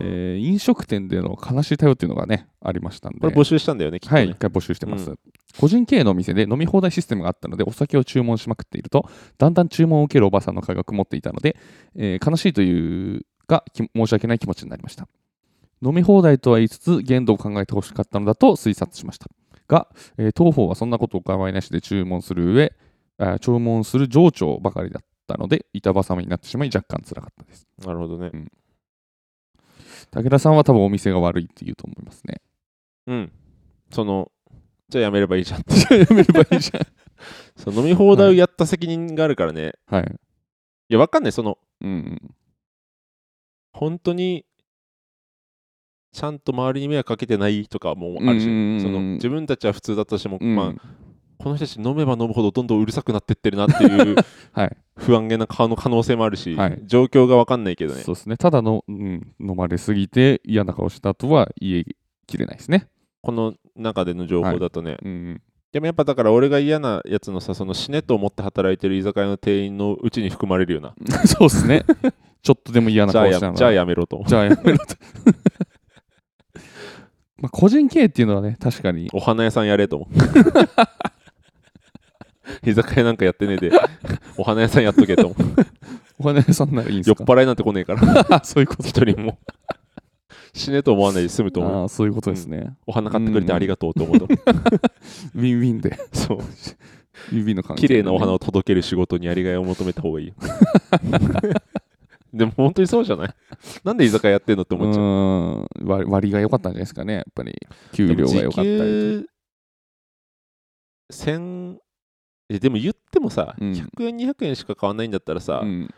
えー飲食店での悲しい対応っていうのがね、ありましたんで。
これ募集したんだよねきっと
はい、
ね
一、回募集してます、
う
個人経営のお店で飲み放題システムがあったので、お酒を注文しまくっていると、だんだん注文を受けるおばさんの顔が曇っていたので、えー悲しいというか、き申し訳ない気持ちになりました。飲み放題とは言いつつ、限度を考えてほしかったのだと推察しました。が、えー当方はそんなことお構いなしで注文する上、あー注文する情緒ばかりだったので、板挟みになってしまい、若干辛かったです。
なるほどね
武田さんは多分お店が悪いって言うと思いますね。
うんそのじゃあやめればいいじゃ ん
やめればいいじ
そう飲み放題をやった責任があるからね、い、
ゃん。はい。
や分かんないその
うん。
本当にちゃんと周りに迷惑かけてないとかもあるし、
うんうんうんうん
その自分たちは普通だとしても、
うん
まあ、この人たち飲めば飲むほどどんどんうるさくなってってるなっていう
はい。
不安げな顔の可能性もあるし、
はい
状況が分かんないけどね
そうですね。ただの、うん、飲まれすぎて嫌な顔した後は言えきれないですね。
この中での情報だとね、
うん。
でもやっぱだから俺が嫌なやつのさその死ねと思って働いてる居酒屋の店員のうちに含まれるよな
そうですね。ちょっとでも嫌な
じゃ
顔
あ
し
や
たの
じゃあやめろと
じゃあや めろと。まあ個人経営っていうのはね、確かに。
お花屋さんやれと思う 居酒屋なんかやってねえでお花屋さんやっとけと思う
お花屋さんならいいんです
酔っ
か
払いなんて来ねえから
あそういうこと
一人も死ねと思わないで済むと思う
あーそういうことですね。
お花買ってくれてありがとうと思うと思う
ウィンウィンで、
そう
指の関係、
綺麗なお花を。届ける仕事にやりがいを求めた方がい いよでも本当にそうじゃないなんで居酒屋やってんのって
う
思っちゃ
ー
う
ん割割が良かったんじゃないですかね、やっぱり。給料が良かったりとか。
でも時給1000えでも言ってもさ、
うん
100円200円しか買わないんだったらさ、
うん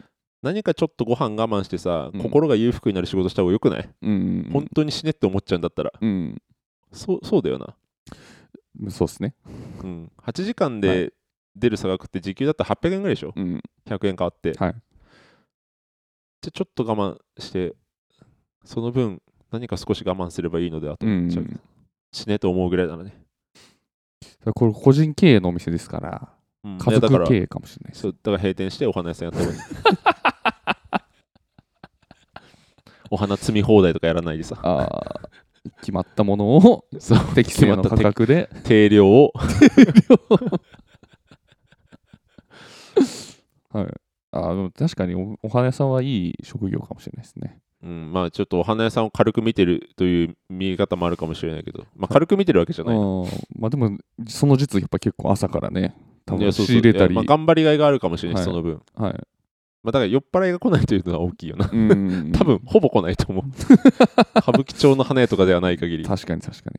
何かちょっとご飯我慢してさ、
うん
心が裕福になる仕事した方がよくない、
うん
本当に死ねって思っちゃうんだったら
うん
そうそうだよな、
そうですね
うん、8時間
は
で出る差額って時給だったら800円ぐらいでしょ
うん
100円変わって、
はい
じゃあちょっと我慢してその分何か少し我慢すればいいのではと思っちゃう、
うん
死ねと思うぐらいならね、
これ個人経営のお店ですから
うんい
家
やだか
族
ら
経営かもしれないです
そうだから閉店してお花屋さんやった 方がいいお花摘み放題とかやらないでさ
ああ決まったものを
そう
適正の価格 で
定量を
はいあーでも確かにおお花屋さんはいい職業かもしれないですね
うん、まあちょっとお花屋さんを軽く見てるという見え方もあるかもしれないけど、まあ、軽く見てるわけじゃない。
うんまあでもその実やっぱ結構朝からね多
いや
分
そう
仕
そう
入れたり
いやまあ、頑張りがいがあるかもしれないし、
はい
その分。
はい
まあ、だから酔っ払いが来ないというのは大きいよな。
うん
多分ほぼ来ない と思う。歌舞伎町の花屋とかではない限り、
確かに確かに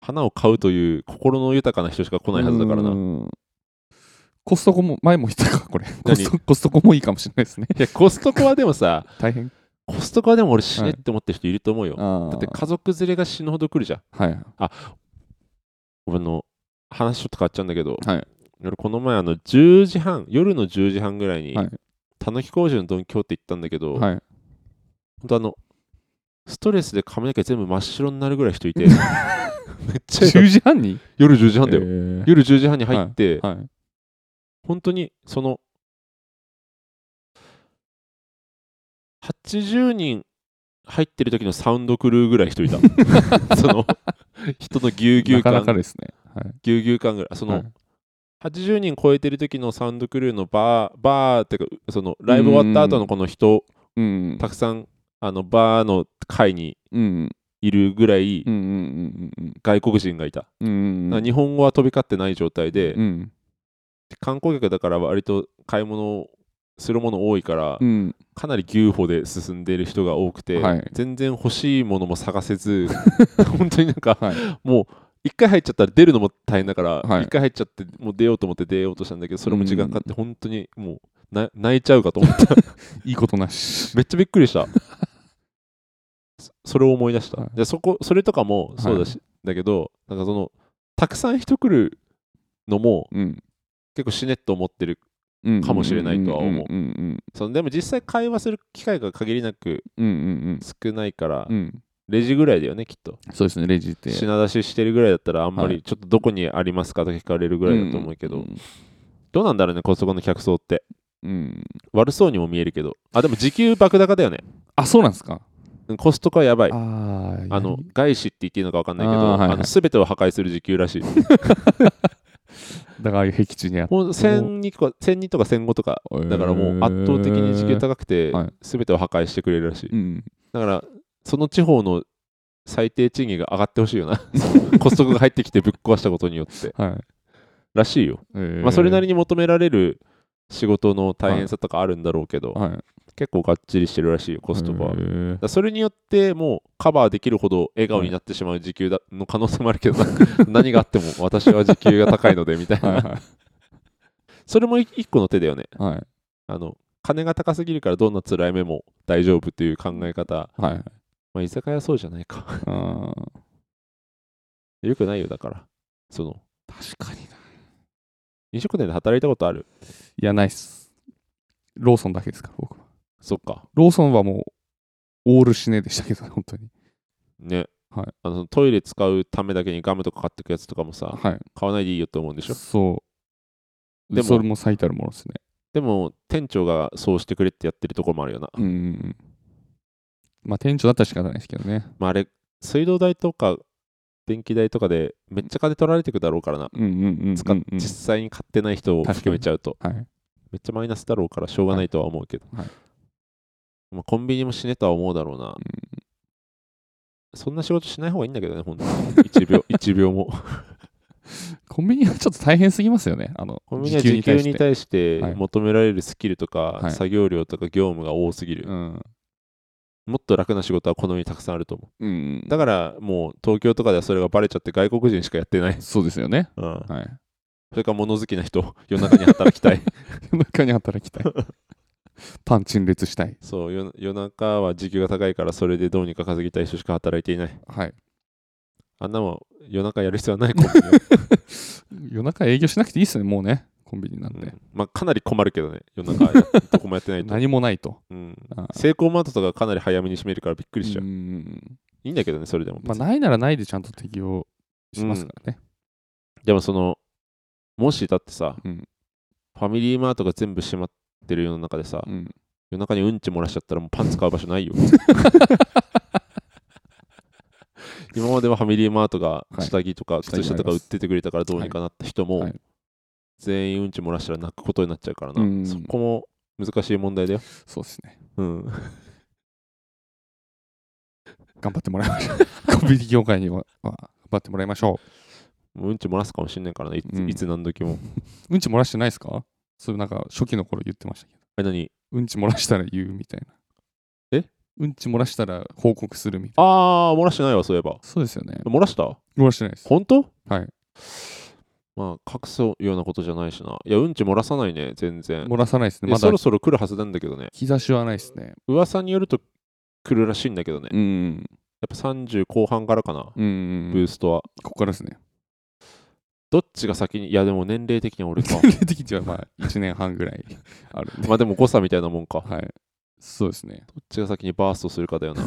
花を買うという心の豊かな人しか来ないはずだからな。
う
い
んコストコも前も言ったかこれコ
何
ストコストコもいいかもしれない ですね
や、コストコはでもさ、
大変
コストコはでも俺死ねって思ってる人いると思うよ。
あ
だって家族連れが死ぬほど来るじゃん。
はい
俺の話ちょっと変わっちゃうんだけど、
はい
俺この前あの10時半夜の10時半ぐらいに、
はい
たぬき工事のドン・キホーテ行ったんだけど、
はい
本当あのストレスで髪の毛全部真っ白になるぐらい人 いてめっちゃ嫌
10時半に
夜10時半だよ、
えー
夜10時半に入って、
はい
本当にその80人入ってる時のサウンドクルーぐらい人いた その人のぎゅうぎゅう
なかなか
感
ですねはい
ぎゅうぎゅう感ぐらいその、
はい
80人超えてる時のサウンドクルーのバー、バーってか、そのライブ終わった後のこの人、
うん
たくさんあのバーの会に
うん
いるぐらい
うんうんうん
外国人がいた。
うんうん
だから日本語は飛び交ってない状態で、
うん
観光客だから割と買い物をするもの多いから、
うん
かなり牛歩で進んでいる人が多くて、
はい
全然欲しいものも探 せず、本当になんか、
はい
もう、一回入っちゃったら出るのも大変だから、一、
はい
回入っちゃって、もう出ようと思って出ようとしたんだけど、それも時間かかって、本当にもうな泣いちゃうかと思った。
いいことなし
めっちゃびっくりした。そそれを思い出した。
はい
でそこそれとかもそうだし、だけど、なんかその、たくさん人来るのも、
うん
結構死ねっと思ってる。
うん
かもしれないとは思う
うんうん
そのでも実際会話する機会が限りなく
うんうん
少ないから、
うんうん
レジぐらいだよね、きっと。
そうですねレジって
品出ししてるぐらいだったら、あんま
は
りちょっとどこにありますかとか聞かれるぐらいだと思うけど、
ん
どうなんだろうね、コストコの客層って。
うん
悪そうにも見えるけど。あ、でも時給爆高だよね。
あそうなんですか
うんコストコはやばい。あ
あー
の、外資って言っていいのか分かんないけど、
あーはいはい
あの全てを破壊する時給 らしい。
だからああいう壁地にあっ
もう1002とか1002とか1005とか、だからもう圧倒的に時給高くて
はい、
全てを破壊してくれるらしい。
うん
だから、その地方の最低賃金が上がってほしい よな。コストコが入ってきてぶっ壊したことによって。
はい
らしいよ。まあ、それなりに求められる仕事の大変さとかあるんだろうけど、
はい
結構がっちりしてるらしいよ、コストコは。
へ
だか
ー
らそれによってもうカバーできるほど笑顔になってしまう時給だの可能性もある けどな何があっても私は時給が高いのでみたい
はい
な
はい
それも一一個の手だよね
はい
あの金が高すぎるからどんな辛い目も大丈夫っていう考え方、
はい
まあ、居酒屋はそうじゃないか
あー
よくないよだからその
確かにない
飲食店で働いたことある
やないっすローソンだけですから僕は
そっか
ローソンはもうオールシネでしたけどね本当に
ね、
はい
あのトイレ使うためだけにガムとか買ってくやつとかもさ
は
買わないでいいよと思うんで
い
しょ
そう
で
で
も
それも最たるものですね
でも店長がそうしてくれってやってるところもあるよな、
うんうんうんまあ店長だったら仕方ないですけどね
まあ、あれ水道代とか電気代とかでめっちゃ金取られてくだろうからな
うんうんうんうん
使っ
うん
実際に買ってない人を含めちゃうと
はい
めっちゃマイナスだろうからしょうがないとは思うけど、
はい
まあ、コンビニも死ねとは思うだろうな、そんな仕事しない方がいいんだけどね本当に1秒1 秒も
コンビニはちょっと大変すぎますよねあの
コンビニは時給に対して
はい
求められるスキルとか、
はい
作業量とか業務が多すぎる、
うん
もっと楽な仕事はこの世にたくさんあると思
うん
う。だからもう東京とかではそれがバレちゃって外国人しかやってない。
そうですよね。
うん、
はい。
それから物好きな人、夜中に働きたい。
夜中に働きたい。パン陳列したい。
そう夜、夜中は時給が高いからそれでどうにか稼ぎたい人しか働いていない。
はい。
あんなもん夜中やる必要はないコンビ
夜中営業しなくていいっすね、もうね。コンビニなん
ニ、う
で。
んまあ、かなり困るけどね、夜中やどこもやってないと。
何もないと。
うん
あ
セイコーマートとかかなり早めに閉めるからびっくりしちゃう。
うん
いいんだけどね、それでも。
まあ、ないならないでちゃんと適用しますからね。
でもその、もしだってさ、
うん
ファミリーマートが全部閉まってる世の中でさ、
うん
夜中にうんち漏らしちゃったらもうパンツ買う場所 ないよ。今まではファミリーマートが
はい
下着とか靴下とか売っててくれたからどうにかなった人
は
も
い
全員うんち漏らしたら泣くことになっちゃうからな、
うん
そこも難しい問題だよ、
そうですね。
うん、
頑張ってもらいましょう。 コンビニ業界には、まあ頑張ってもらいましょ
もううんち漏らすかもしんないからないつ,、
うん
いつ何時も
う。うんち漏らしてないですかそういうなんか初期の頃言ってましたけど。
あれ何
うんち漏らしたら言うみたいな。
え
うんち漏らしたら報告するみたいな。
あー漏らしてないわそういえば
そうですよね。
漏らした
漏らしてないです。
本当
はい。
まあ隠すようなことじゃないしないやうんち漏らさないね全然
漏らさないですね。
いや
ま
そ
だ
ろそろ来るはずなんだけどね
兆しはないですね。
噂によると来るらしいんだけどね、
うん。
やっぱ30後半からかな、
うん
ブーストは。
ここからですね。
どっちが先に、いやでも年齢的には 俺か。
年齢的にはまあ1年半ぐらいあるんで。
まあでも誤差みたいなもんか。どっ
はい。そうですね。
ちが先にバーストする かだよな。い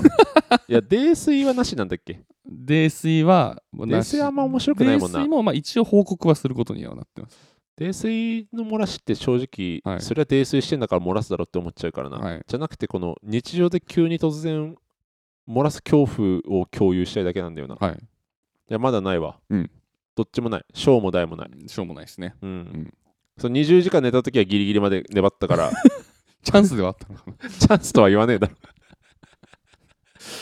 や、泥酔はなしなんだっけ
泥酔は、
泥酔あんま面白くないもんな
泥酔もまあ一応報告はすることにはなってます。
泥酔の漏らしって正直、
はい
それは泥酔してんだから漏らすだろうって思っちゃうからな。
はい。
じゃなくて、この日常で急に突然漏らす恐怖を共有したいだけなんだよな。い
はい。
や、まだないわ。
うん
どっちもない。小も大もない。
しょうもないですね。
うん。
ん
その20時間寝た時はギリギリまで粘っ たから、
チャンスではあったのかな。
チャンスとは言わねえだろ。い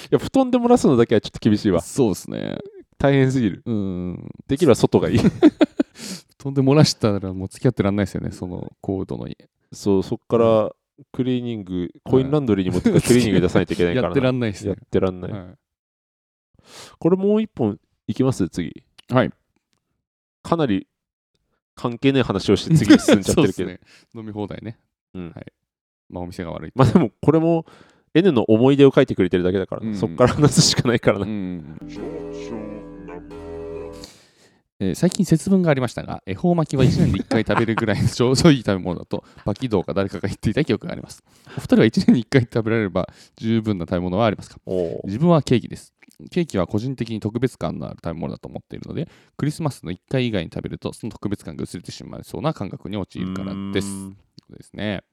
や、布団で漏らすのだけはちょっと厳しいわ。
そうですね。
大変すぎる。
うん。
できれば外がいい。
飛んで漏らしたらもう付き合ってらんないですよね、その高度の。
そう、そっからクリーニング、コインランドリーに持ってくるクリーニング出さないといけないから
や
な。
ってらんないです
や
ね
っ。てらんない。
は
これもう一本いきます次。
い。はい、
かなり関係ない話をして次に進んじゃってるけ
そう
ど。
っすね飲み放題ね。
うん
はい。まあお店が悪い。
まあでも、これも N の思い出を書いてくれてるだけだからな、
うん
そっから話すしかないからな。
うん えー最近節分がありましたが恵方巻きは1年で1回食べるぐら いのちょうどいい食べ物だとバキドウか誰かが言っていた記憶がありますお二人は1年に1回食べられれば十分な食べ物はありますか
おおう。
自分はケーキですケーキは個人的に特別感のある食べ物だと思っているのでクリスマスの1回以外に食べるとその特別感が薄れてしまいそうな感覚に陥るからです
うー
そ
ん
うですね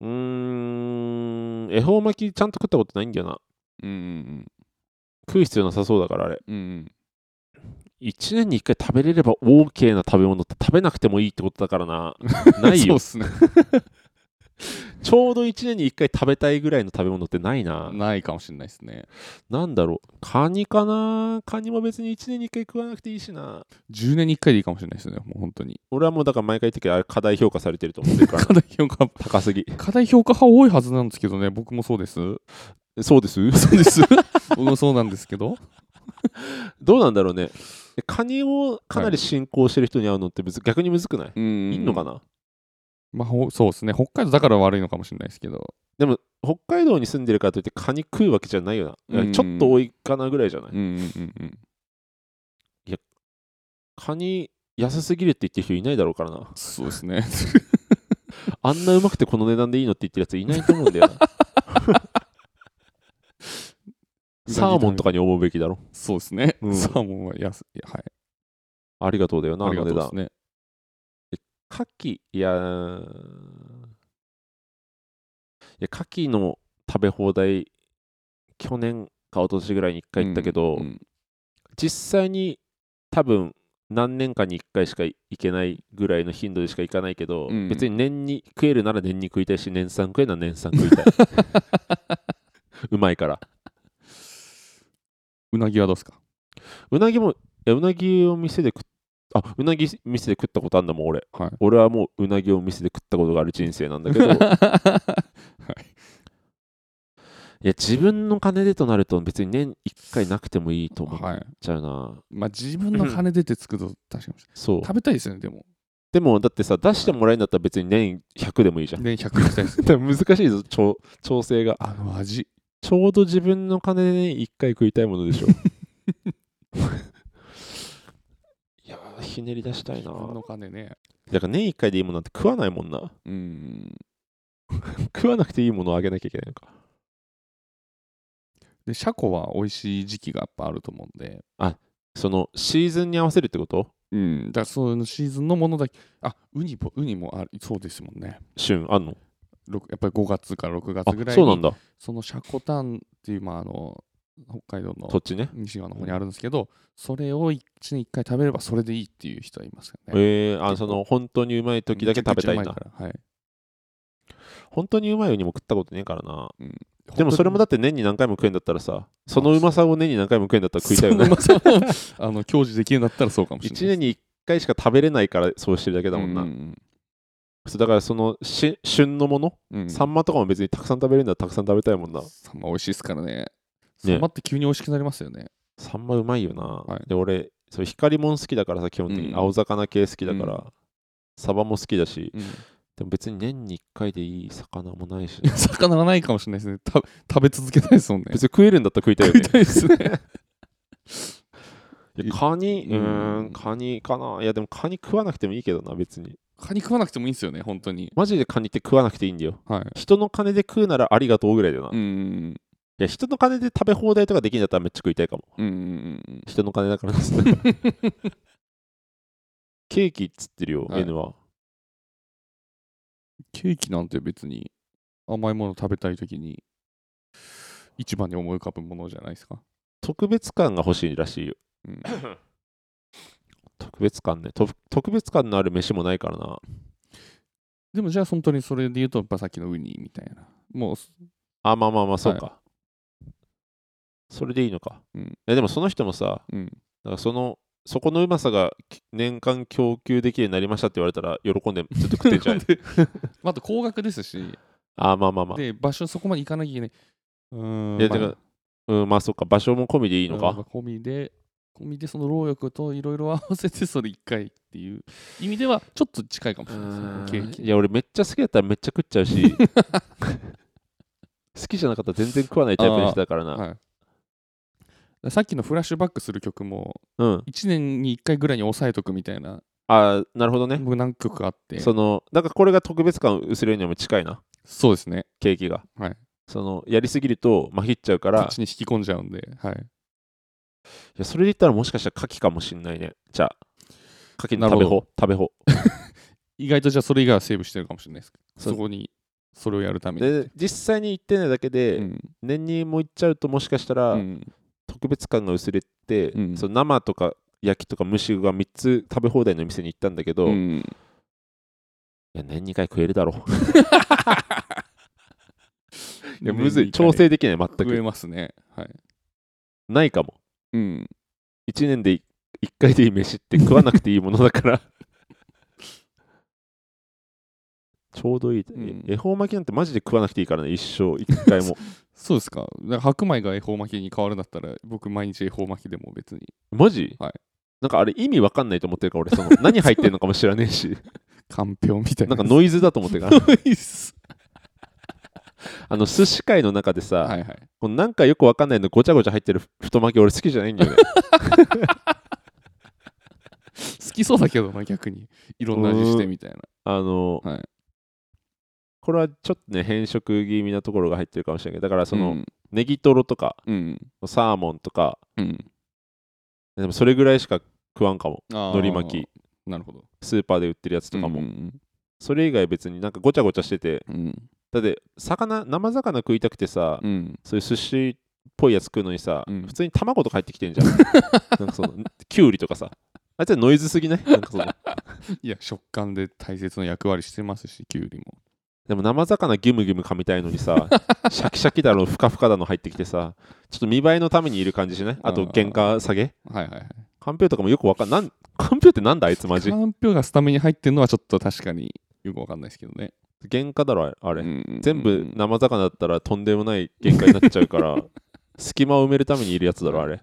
うーん、恵方巻きちゃんと食ったことないんだよな。
うん
食う必要なさそうだからあれ。
うんうん
1年に1回食べれれば OK な食べ物って食べなくてもいいってことだから な。ない
そう
よ
っ。すね
ちょうど1年に1回食べたいぐらいの食べ物ってないな。
ないかもしれないですね
なんだろう。カニかなカニも別に1年に1回食わなくていいしな。
10年に1回でいいかもしれないですねもう本当に
俺はもうだから毎回言ってるけど、あれ課題評価されてると思ってる から。
課題評価
高すぎ。
課題評価派多いはずなんですけどね僕もそうです
そうです。
そうです僕もそうなんですけど
どうなんだろうね。カニをかなり信仰してる人に会うのって別逆にむずくない、
うん
いいのかな
まあほそうですね北海道だから悪いのかもしれないですけど
北海道に住んでるからといってカニ食うわけじゃないよな。
うん
ちょっと多いかなぐらいじゃない、
うんうんうん
カニ安すぎるって言ってる人いないだろうからな。
そうですね
あんなうまくてこの値段でいいのって言ってるやついないと思うんだよ な。 サーモンとかに思うべきだろ。
そうですね、
うん
サーモンは安いはい
ありがとうだよな、
あ
あ
りが
の
と
値
うで
段
す。ね
カキ、いやー、いや、カキの食べ放題、去年か一昨年ぐらいに1回行ったけど、
うん
実際に多分何年かに1回しか行けないぐらいの頻度でしか行かないけど、
うん
別に年に食えるなら年に食いたいし年産食えるなら年産食い たいうまいから
うなぎはどうですか
うなぎもいやうなぎを店で食っあうなぎ店で食ったことあんだもん俺
はい
俺はもううなぎを店で食ったことがある人生なんだけ どい や自分の金でとなると別に年1回なくてもいいと思っ
はい
ちゃうな、
まあ自分の金出て作 ると確かに
そう
食べたいですよねで も
でもだってさ出してもらえるんだったら別に年100でもいいじゃん
年100行きたいです
だから難しいぞ調調整が
あの味
ちょうど自分の金で一回食いたいもの でしょいやーひねり出したいな
自分の金ね
だから年一回でいいものなんて食わないもんな
うん
食わなくていいものをあげなきゃいけないのか
で車庫は美味しい時期がやっぱあると思うんで
そのシーズンに合わせるってこと
うんだからそのシーズンのものだけあウニもウニもあそうですもんね
旬あんの
六やっぱり5月から6
あ
月ぐらい
そうな
に
んだ
そのシャコタンっていう、まあ、あの北海道の
土地ね
西側の方にあるんですけど、それを1年1回食べればそれでいいっていう人はいますよね。
えー、あその本当にうまい時だけ食べたい
めちゃ
な
くちゃうまからはい、
本当にうまいようにも食ったことねえからな
本当
で
に
もそれもだって年に何回も食えんだったらさそのうまさを年に何回も食えんだったら食いたいよね
そのうまさをあの享受できるようになったらそうかもしれない
1年に1回しか食べれないからそうしてるだけだもんな、
うん
そうだからそのし旬のもの、
うん
サンマとかも別にたくさん食べれるんだらたくさん食べたいもんな
サンマ美味しいですからね。サンマって急に美味しくなりますよね。
サンマうまいよな、
はい
で俺そう光もん好きだからさ基本的
う
に
ん
青魚系好きだから、
うん
サバも好きだし
うん
でも別に年に1回でいい魚もないし別
魚はないかもしれないですね。た食べ続けたいですもんね
に。食えるんだったら食いたいよ
食い
ね
たいですね。
いやカニう
うん
ーんカニかないやでもカニ食わなくてもいいけどな別に
カニ食わなくてもいいんですよね、本当に。
マジでカニって食わなくていいんだよ
はい。
人の金で食うならありがとうぐらいだよな、
う
い
ん
や人の金で食べ放題とかできんだったらめっちゃ食いたいかも
うんうんうんうん。
人の金 だからですケーキっつってるよ、
はい
N は。
ケーキなんて別に甘いもの食べたいときに一番に思い浮かぶものじゃないですか。
特別感が欲しいらしいよ。
うん、
特別感ね。と特別感のある飯もないからな。
でもじゃあ本当にそれで言うとやっぱさっきのウニみたいな。もうす、
あ、まあまあまあ、そうか。それでいいのか。
うん
えでもその人もさ、だか
うん、。
らその、そこのうまさがき年間供給できるようになりましたって言われたら喜んでずっと食ってんじゃん
また高額ですし、
あ、まあまあまあ。
で場所そこまで行かなきゃいけない。うーん。
いや
まあ
てかうん、まあそっか。場所も込みでいいの
まあ
か。
込みで、込みでその労力といろいろ合わせてそれ一回っていう意味ではちょっと近いかもしれないですね。ケーキ。
いや俺めっちゃ好きだったらめっちゃ食っちゃ うし好きじゃなかったら全然食わないタイプの人だからな、
はい、さっきのフラッシュバックする曲も
うん
1年に1回ぐらいに抑えとくみたいな
ああなるほどね
僕何曲かあって
そのなんかこれが特別感を薄れるにも近いな
そうですね
ケーキが
はい
そのやりすぎるとまひっちゃうか
こ
ら
っちに引き込んじゃうんで、はい、
いやそれで言ったらもしかしたら牡蠣かもしんないねじゃあ牡蠣の
な
食べ
るほ
放食べ放
意外とじゃあそれ以外はセーブしてるかもしれないです
そ
そうこにそれをやるために
で実際に行ってないだけで、
うん
年にもう行っちゃうともしかしたら、
うん
特別感が薄れて、
うん
その生とか焼きとか蒸しが3つ食べ放題の店に行ったんだけど、
う
い
ん
や年2回食えるだろういや むず
年に
い
一回
調整できない全
食え
く
ますねはい、
ないかも
うん、
1年で1回でいい飯って食わなくていいものだから ちょうどいい、
ん
恵方巻きなんてマジで食わなくていいからね一生1 回も
そうですかだから白米が恵方巻きに変わるんだったら僕毎日恵方巻きでも別に
マジ、
はい
なんかあれ意味わかんないと思ってるから俺その何入ってるのかも知らねえ し
かんぴょうみたい
な
なん
かノイズだと思ってるから
ノイズ
あの寿司界の中でさ、
はいはい
このなんかよくわかんないのごちゃごちゃ入ってる太巻き俺好きじゃないん だよね。
好きそうだけどな逆にいろんな味してみたいな
あの、
はい
これはちょっとね変色気味なところが入ってるかもしれないけどだからその、
うん
ネギトロとか
うん
サーモンとか
うん
でもそれぐらいしか食わんかも
海
海苔巻き
なるほど
スーパーで売ってるやつとかも、
うん
それ以外別になんかごちゃごちゃしてて
うん
だって魚生魚食いたくてさ、
うん
そういう寿司っぽいやつ食うのにさ、
うん
普通に卵とか入ってきてんじ ゃんなんかそのきゅうりとかさあいつはノイズすぎないなんかその
いや食感で大切な役割してますしきゅうりも
でも生魚ギムギム噛みたいの にさシャキシャキだのふかふかだの入ってきてさちょっと見栄えのためにいる感じしないあと
あー
原価下げ
はいはいはい
かんぴょうとかもよくわかんなんかんぴょうってなんだあいつマジ
かんぴょうがスタメンに入ってるのはちょっと確かによくわかんないですけどね。
原価だろあれあれ、
うん
全部生魚だったらとんでもない限界になっちゃうから 隙間を埋めるためにいるやつだろあれ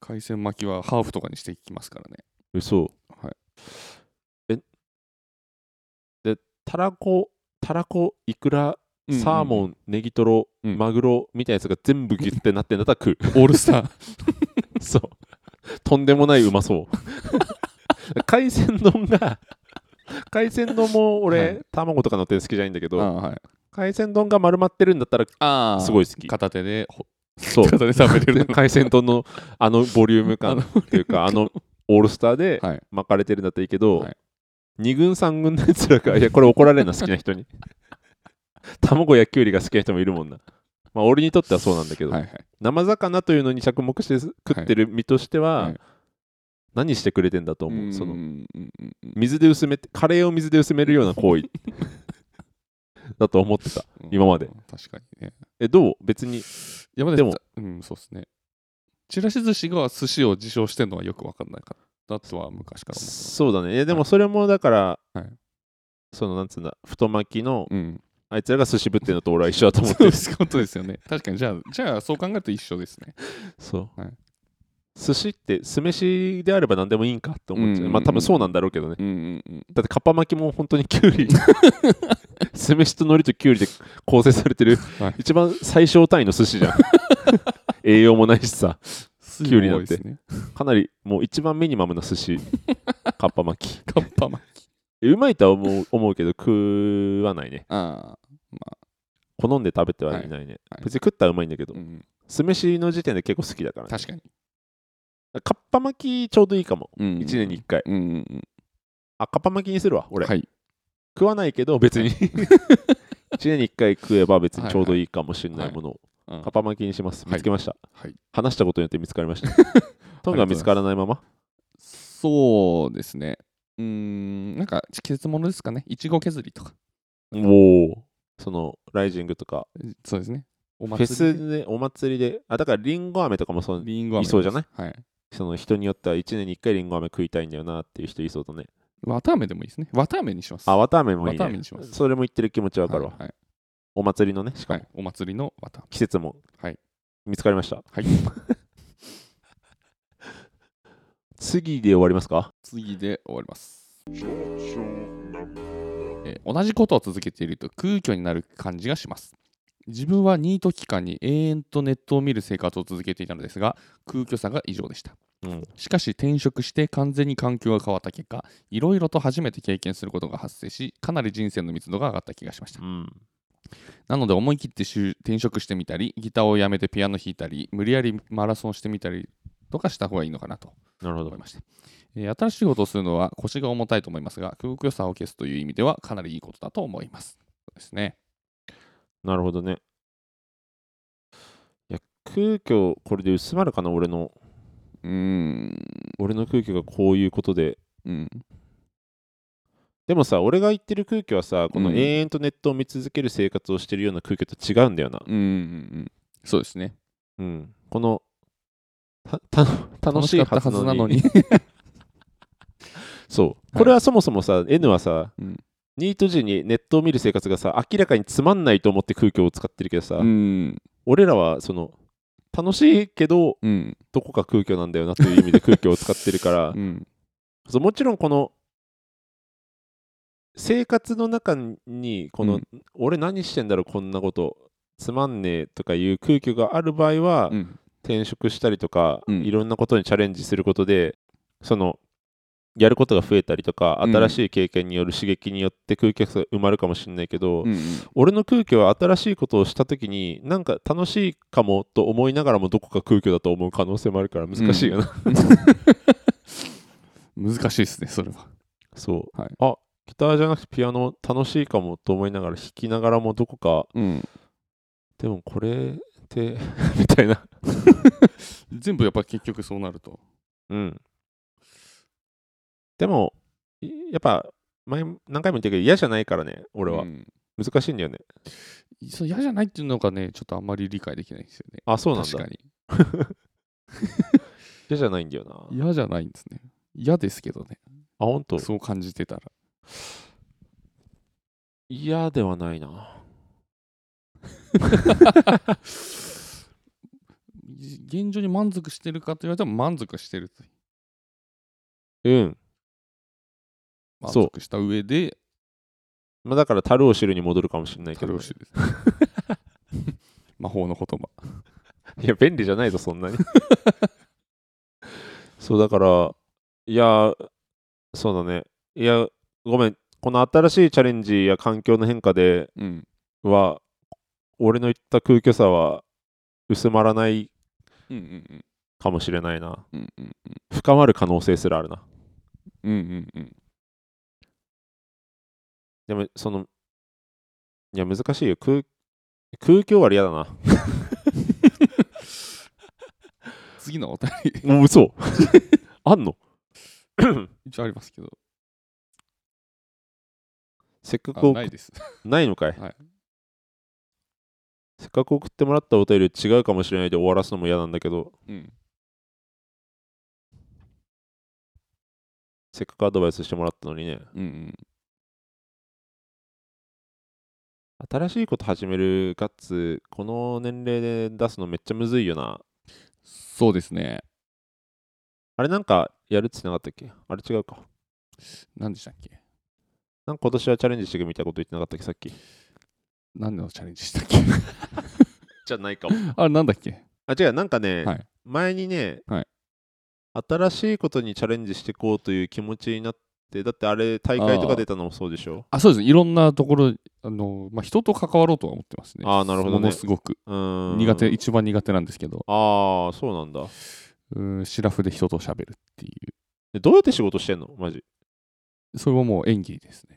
海鮮巻きはハーフとかにしていきますから ね。
嘘
はい
えでたらこたらこいくらサーモン、ネギトロ、
うん
マグロみたいなやつが全部ギュッてなってんだったら食う
オールスター。
そうとんでもないうまそう 海鮮丼が海鮮丼も俺、
はい
卵とか乗ってるの好きじゃないんだけ
あ
ど、
あ、はい、
海鮮丼が丸まってるんだったら
あ
すごい好き
片手で、ほ
そう
片手で食べれるの。
海鮮丼のあのボリューム感っていうかあのオールスターで
はい
巻かれてるんだったらいいけど、
はい
2軍3軍のやつらがいやこれ怒られるな好きな人に 卵やきゅうりが好きな人もいるもんなまあ俺にとってはそうなんだけど、
はいはい。
生魚というのに着目して食ってる身としては、
はい
何してくれてんだと思う、そ
うん
の
うんうんうん
水で薄めてカレーを水で薄めるような行 為だと思ってた今まで
確かにね。
えどう別に
山
で
で
も
も、うん、そうですね。ちらし寿司が寿司を自称してるのはよくわかんなかったとは昔から思ってます。
そうだね。えでもそれもだから、
はい
そのなんつうんだ、太巻きの、
うん、
あいつらが寿司ぶってんのと俺は一緒だと思っ
そ
て
う
る
で。すことですよね。確かに、じゃあ、じゃあそう考えると一緒ですね。
そう。
はい
寿司って酢飯であれば何でもいいんかって思
う
っちゃう。
んうんうん
まあ多分そうなんだろうけどね。
うんうんうん。
だってカッパ巻きも本当にキ ュウリ酢飯と海苔とキュウリで構成されてる、
はい
一番最小単位の寿司じ ゃん栄養もないしさ
き
ゅうりだって
ね。
かなりもう一番ミニマムな寿司カッパ巻き
カッパ巻き。
えうまいとは思う思うけど食わないね
あ
好んで食べてはいないね、
はい
別に食ったらうまいんだけ
あ、
ど、
うん、
酢飯の時点で結構好きだからね、
確かに。
かっぱ巻きちょうどいいかも
うん
1年に1回
うんうんうん。
あかっぱ巻きにするわ俺、
はい。
食わないけど別に 1年に1回食えば別にちょうどいいかもしれないものを
うん
かっぱ巻きにします
はい
見つけました、
はい
話したことによって見つかりま したトングは見つからないまま
そうですね。うーん、なんか季節ものですかね。いちご削りとか。
おおそのライジングとか
そうですね。お
フェ
祭りで。
スでお祭りであだからリンゴ飴とかもそう
リンゴ飴
いそうじゃない
はい。
その人によっては1年に1回リンゴ飴食いたいんだよなっていう人いそうだね
綿飴でもいいですね。綿飴にします。
あわたあめもいい
わたあめ
ね
にします
それも言ってる気持ちわかるわ、
はいはい
お祭りのねしか
は
も、
い。お祭りの綿
季節も、
はい
見つかりました
飴。はい。
次で終わりますか
次で終わります。えー同じことを続けていると空虚になる感じがします。自分はニート期間に永遠とネットを見る生活を続けていたのですが、空虚さが異常でした。
うん
しかし転職して完全に環境が変わった結果、いろいろと初めて経験することが発生し、かなり人生の密度が上がった気がしました
う。ん
なので思い切って就転職してみたり、ギターをやめてピアノ弾いたり、無理やりマラソンしてみたりとかした方がいいのかなと
なるほ
思
ど
いました。えー新しいことをするのは腰が重たいと思いますが、空腹さを消すという意味ではかなりいいことだと思います。そうですね。
なるほどねいや空虚これで薄まるかな俺の
うーん。
俺の空虚がこういうことで
うん。
でもさ俺が言ってる空虚はさこの
うん
永遠とネットを見続ける生活をしてるような空虚と違うんだよな
うんうんうん。そうですね。
うんこのたた楽しい
か
は
った
ず
はず
な
な
の
の
に
に。
そうこれはそもそもさ N はさ、
うん
ニート時にネットを見る生活がさ明らかにつまんないと思って空虚を使ってるけど さ、
うん。
俺らはその楽しいけど
うん。
どこか空虚なんだよなという意味で空虚を使ってるから
うん。
そうもちろんこの生活の中にこの、
うん
俺何してんだろうこんなことつまんねえとかいう空虚がある場合は、
うん。
転職したりとか、
うん
いろんなことにチャレンジすることでそのやることが増えたりとか
うん
新しい経験による刺激によって空気が埋まるかもしれないけど、
うん
俺の空気は新しいことをした時になんか楽しいかもと思いながらもどこか空気だと思う可能性もあるから難しいよな、
難しいですね、それは。
そう、
はい
あギターじゃなくてピアノ楽しいかもと思いながら弾きながらもどこか
うん。
でもこれって みたいな
全部やっぱ結局そうなると。
うん。でも、いやっぱ、前、何回も言ってるけど、嫌じゃないからね、俺は。
うん
難しいんだよね。
そう嫌じゃないっていうのがね、ちょっとあんまり理解できないんですよね。
あ、そうなん
確
だ
か。に。
嫌じゃないんだよな。
嫌じゃないんですね嫌ですけどね
あ、本当
そう感じてたら
嫌ではないな。
現状に満足してるかと言われても満足してると
うん。
満
そう
足した上で
まあ、だから、樽を知るに戻るかもしれないけ
太
ど、
郎氏です 魔法の言葉
いや、便利じゃないぞ、そんなに。 そう、だから、いや、そうだね。いや、ごめん。この新しいチャレンジや環境の変化で
うん
は、俺の言った空虚さは薄まらない
うんうん
かもしれないな。
うんうん
深まる可能性すらあるな。
うんうんうん
でも、その、いや、難しいよ。空、空虚は嫌だな。
次のお便り
もう 嘘 あんの
一応ありますけど
せっかく
あ
送
ないです
ないのかい、
はい
せっかく送ってもらったお便り違うかもしれないで終わらすのも嫌なんだけど
うん
せっかくアドバイスしてもらったのにね
うんうん
新しいこと始めるガッツこの年齢で出すのめっちゃむずいよな
そうですね
あれなんかやるっつってなかったっけあれ違うか
何でしたっけ
なんか今年はチャレンジしていくみたいなこと言ってなかったっけさっき
何のチャレンジしたっけ
じゃないかも
あれなんだっけ
あ違うなんかね、
はい
前にね、
はい
新しいことにチャレンジしていこうという気持ちになってだってあれ大会とか出たのもそうでしょ
あそうですねいろんなところあの、まあ、人と関わろうとは思ってますね
あーなるほどね
ものすごく
うーん
苦手一番苦手なんですけど
ああそうなんだ
うんシラフで人と喋るってい
でどうやって仕事してんのマジ
うそれはもう演技です ね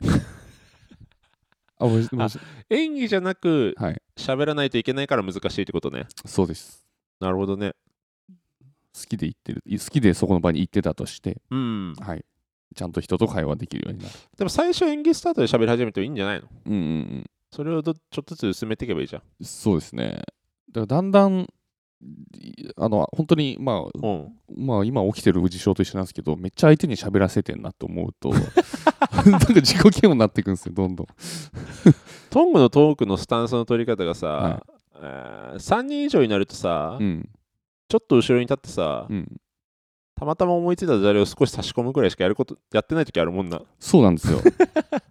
あもうもう
あ演技じゃなく
はい
喋らないといけないから難しいってことね
そうです
なるほどね
好きで行ってるい好きでそこの場に行ってたとして
うん
はいちゃんと人と会話できるようになる
でも最初演技スタートで喋り始めてもいいんじゃないの
うんうん
それをどちょっとずつ薄めていけばいいじゃん
うんそうですねだからだんだんいあの本当にまあ
うん
まあ今起きてる事象と一緒なんですけどめっちゃ相手に喋らせてんなと思う となんか自己嫌悪になっていくんですよどんどん
トングのトークのスタンスの取り方がさ、
はい
えー3人以上になるとさ、
うん
ちょっと後ろに立ってさ、
うん
たまたま思いついたダジャレを少し差し込むくらいしかやることやってない時あるもんな
そうなんですよ。 だか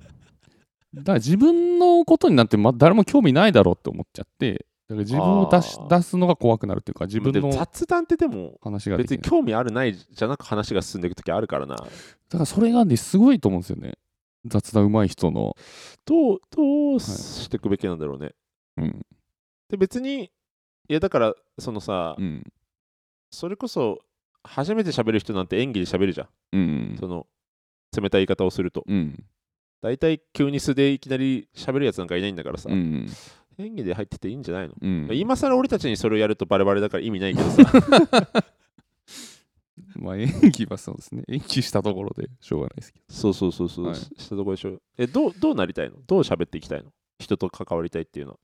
ら自分のことになって、ま、誰も興味ないだろうって思っちゃって、だから自分を出し
あー
出すのが怖くなるっていうか、自分
でも
の
雑談ってでも
話ができ
別
ない
に興味あるないじゃなく話が進んでいく時あるからな
だからそれがね、すごいと思うんですよね。雑談上手い人の。
どうどうしていくべきなんだろうね、
うん。
で別にいやだからそのさ、
うん。
それこそ初めて喋る人なんて演技で喋るじゃん、
うん。
その冷たい言い方をすると
うん。
大体急に素でいきなり喋るやつなんかいないんだからさ、
うん。
演技で入ってていいんじゃないの、
うん。
今更俺たちにそれをやるとバレバレだから意味ないけどさ
まあ、演技はそうですね。 演技したところでしょうがないですけど。
そうそうそうそう、
はい
ししたとこでしょえどうどうなりたいのどう喋っていきたいの人と関わりたいっていうの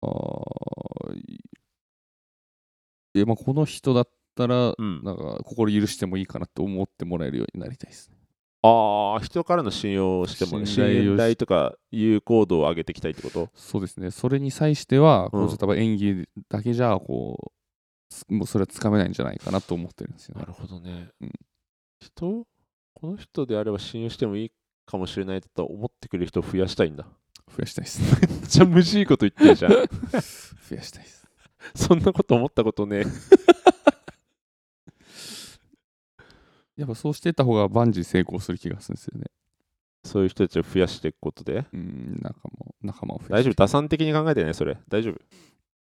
は
ああ。いや、まあ、この人だったら、
うん
なんか、心許してもいいかなって思ってもらえるようになりたいですね。
ああ人からの信用をしてもらう
信
信
頼をし
頼とかいう行動を上げていきたいってこと
そうですね、それに際しては、こ
うん
うちょっとやっぱ演技だけじゃこう、すもうそれはつかめないんじゃないかなと思ってるんですよね
な。るほどね。
うん
人この人であれば信用してもいいかもしれないと思ってくれる人を増やしたいんだ。
増やしたいですね。
めっちゃ無事いいこと言ってるじゃん。
増やしたいです。
そんなこと思ったことね。
やっぱそうしてった方が万事成功する気がするんですよね。
そういう人たちを増やしていくことで。
うん、仲間を仲間を増やして
大丈夫打算的に考えてね、それ。大丈夫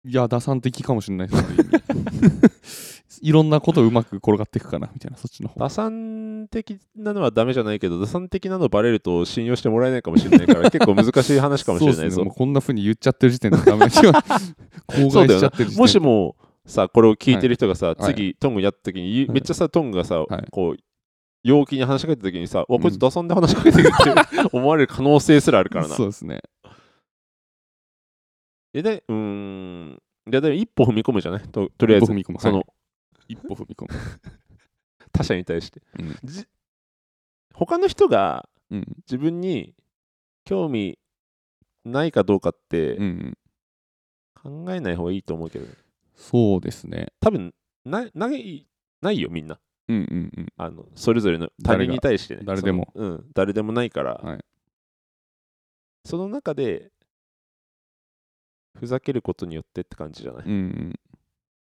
いや、打算的かもしれないですね。 いろんなことうまく転がっていくかなみたいな、そっちの方
打算的なのはダメじゃないけど、打算的なのバレると信用してもらえないかもしれないから、 結構難しい話かもしれない
そうですね、
ぞ
もう。こんな風に言っちゃってる時点でダメな 気は口
そう
外し
だよ
ちゃ
な
ってる時点で
もしもさ、これを聞いてる人がさ、
いはい
次、トングやった時に、
はい
めっちゃさ、トングがさ、
はい
こう、陽気に話しかけた時にさ、わ、こい
う
つ
ん
打算で話しかけてるって 思われる可能性すらあるからな。
そうですね。
えで、うーん、いや、でも一歩踏み込むじゃないととりあえず、
一歩踏み込む
その、
一歩踏み込む。
他者に対して、
うん
じ他の人が
うん
自分に興味ないかどうかって
うん
考えない方がいいと思うけど、
そうですね
多分ないないないよみんな
うんうんうん
あのそれぞれの他
誰が
人に対してね
誰でも
そのうん、誰でもないから、
はい
その中でふざけることによってって感じじゃない、
うんうん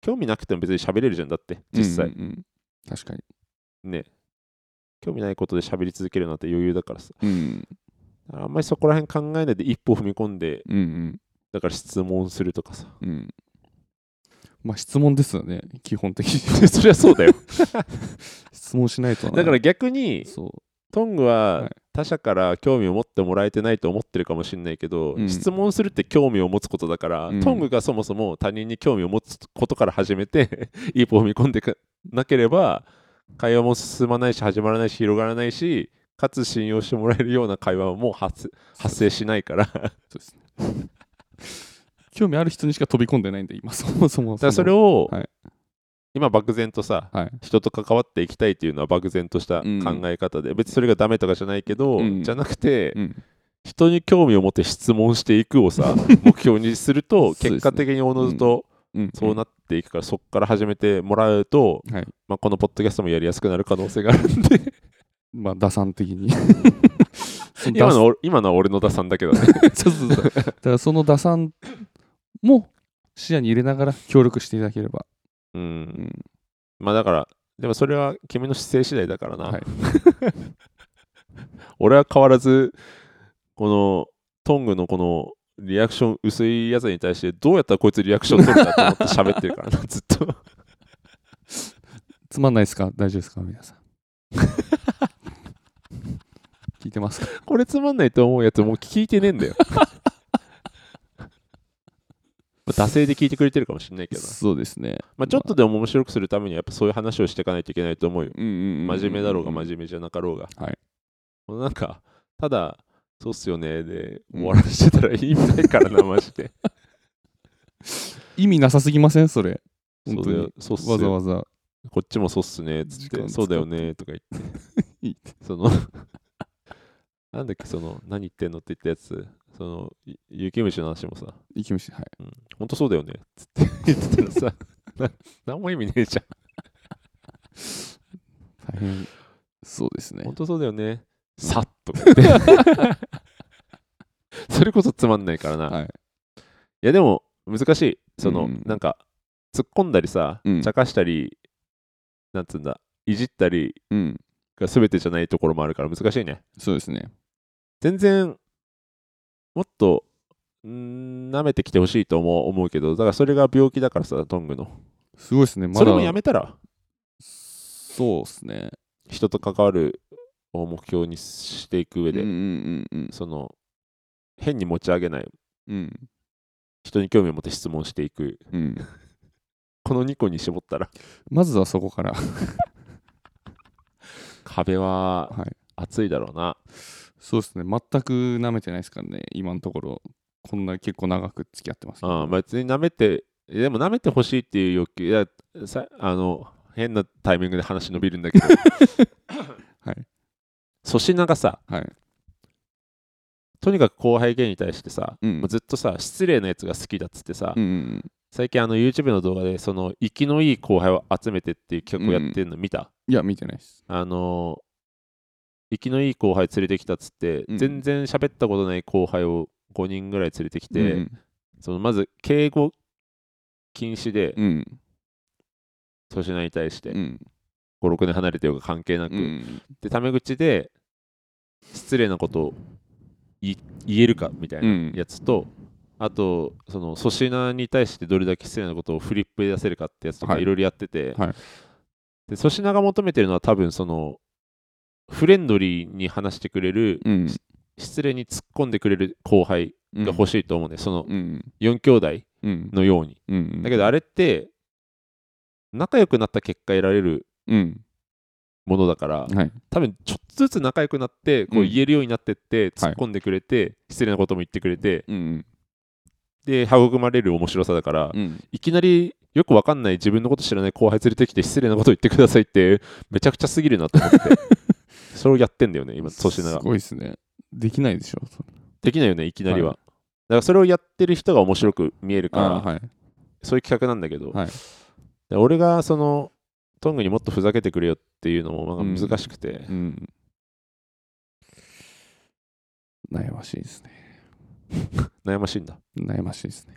興味なくても別に喋れるじゃんだって実際、
うんうんうん確かに
ね興味ないことで喋り続けるなんて余裕だからさ
うん
だからあんまりそこら辺考えないで一歩踏み込んで
うん
だから質問すると かさ
うんうんまあ質問ですよね基本的に
そりゃそうだよ
質問しないとな
だから逆に
そ
トング
は
はい他者から興味を持ってもらえてないと思ってるかもしれないけど、
うん
質問するって興味を持つことだから、
うん
トングがそもそも他人に興味を持つことから始めて 一歩踏み込んでかなければ会話も進まないし始まらないし広がらないしかつ信用してもらえるような会話はもう発発生しないからだか
うそうですね興味ある人にしか飛び込んでないんで今そもそも
らそれ
を
を、
はい
今漠然とさ
はい
人と関わっていきたいっていうのは漠然とした考え方で、別にそれがダメとかじゃないけど、
うん
じゃなくて、
うん
人に興味を持って質問していくを さ目標にすると
そうですね
結果的におのずと
うん
そうなっていくからそこから始めてもらうと、
はい
まあ、このポッドキャストもやりやすくなる可能性があるんで
まあ打算的 にそ
今
打
の俺今のは俺の打算だ けどね
そうそうそうだからその打算も視野に入れながら協力していただければ、
う
うんん、
まあだからでもそれは君の姿勢次第だからな、
はい
俺は変わらずこのトングのこのリアクション薄いやつに対してどうやったらこいつリアクション取るんだと思って喋ってるからなずっと
つまんないですか大丈夫ですか皆 さん聞いてますか
これつまんないと思うやつもう聞いてねえんだ よ。惰性で聞いてくれてるかもしれないけどな、
そうですね
まあ、ちょっとでも面白くするためにはやっぱそういう話をしていかないといけないと思うよ。
うんうんうん
真面目だろうが真面目じゃなかろうが。
はい
もうなんか、ただ、そうっすよねで終わらせてたら意味ないからな、マジで。
意味なさすぎませんそれ 本当
そうだよ
に、
そうっすよ
わざわざ
こっちもそうっすね、つっ、
時間使ってて
そうだよね、とか言って。
いい
そ の、なんだっけ、その、何言ってんのって言ったやつ、その、ゆ雪虫の話もさ、
行きましょうはい
うん、本当そうだよねつって言ってたらさな何も意味ねえじゃ
大変そうですね
ん本当そうだよねさっと か言ってそれこそつまんないからな、い、
はい
やでも難しいその、
うん
なんか突っ込んだりさ、
うん
茶化したりなんつうんだいじったり
うん
が全てじゃないところもあるから難しいね
そうですね
全然もっとん舐めてきてほしいと思う思うけどだからそれが病気だからさトングの、
すごいですねまだ
それもやめたら
そうですね
人と関わるを目標にしていく上で、
うんうんうん
その変に持ち上げない
うんうん
人に興味を持って質問していく
うん
この2個に絞ったら
まずはそこから
壁は
はい
熱いだろうな
そうですね全く舐めてないですからね今のところこんな結構長く付き合ってますけど
あ別に舐めてでも舐めてほしいっていう欲求いやさあの変なタイミングで話伸びるんだけ ど
はい
粗品がさ
はい
とにかく後輩芸に対してさ、
うん
もうずっとさ失礼なやつが好きだっつってさ、
うんうん
最近あの YouTube の動画でその生きのいい後輩を集めてっていう企画をやってるの見た、
いや見てないです
あのー、生きのいい後輩連れてきたっつって、
うん
全然喋ったことない後輩を5人ぐらい連れてきて、
うん
そのまず敬語禁止で
うん
粗品に対して、
うん
56年離れてようが関係なく、
うん
でタメ口で失礼なことをい言えるかみたいな
うん
やつと、あとその粗品に対してどれだけ失礼なことをフリップで出せるかってやつとか
はい
いろいろやってて、
はい
で粗品が求めてるのは多分そのフレンドリーに話してくれる、
うん
失礼に突っ込んでくれる後輩が欲
し
しいと思うね、その
うん
4兄弟
うん
のように
うん
だけどあれって仲良くなった結果得られる
うん
ものだから、
はい
多分ちょっとずつ仲良くなってこう
うん
言えるようになってって
は
突
い
っ込んでくれて、失礼なことも言ってくれて
うん
で育まれる面白さだから、
うん、
いきなりよくわかんない自分のこと知らない後輩連れてきて失礼なこと言ってくださいってめちゃくちゃすぎるなと 思ってそれをやってんだよね今粗品
す
が
ごいですねできないでしょそれ
できないよねいきなりは、
は
だからそれをやってる人が面白く見えるから、
あーはい
そういう企画なんだけど、
はい
で俺がそのトングにもっとふざけてくれよっていうのもなんか難しくて、
うん悩ましいですね
悩まし いんだ
悩ましいですね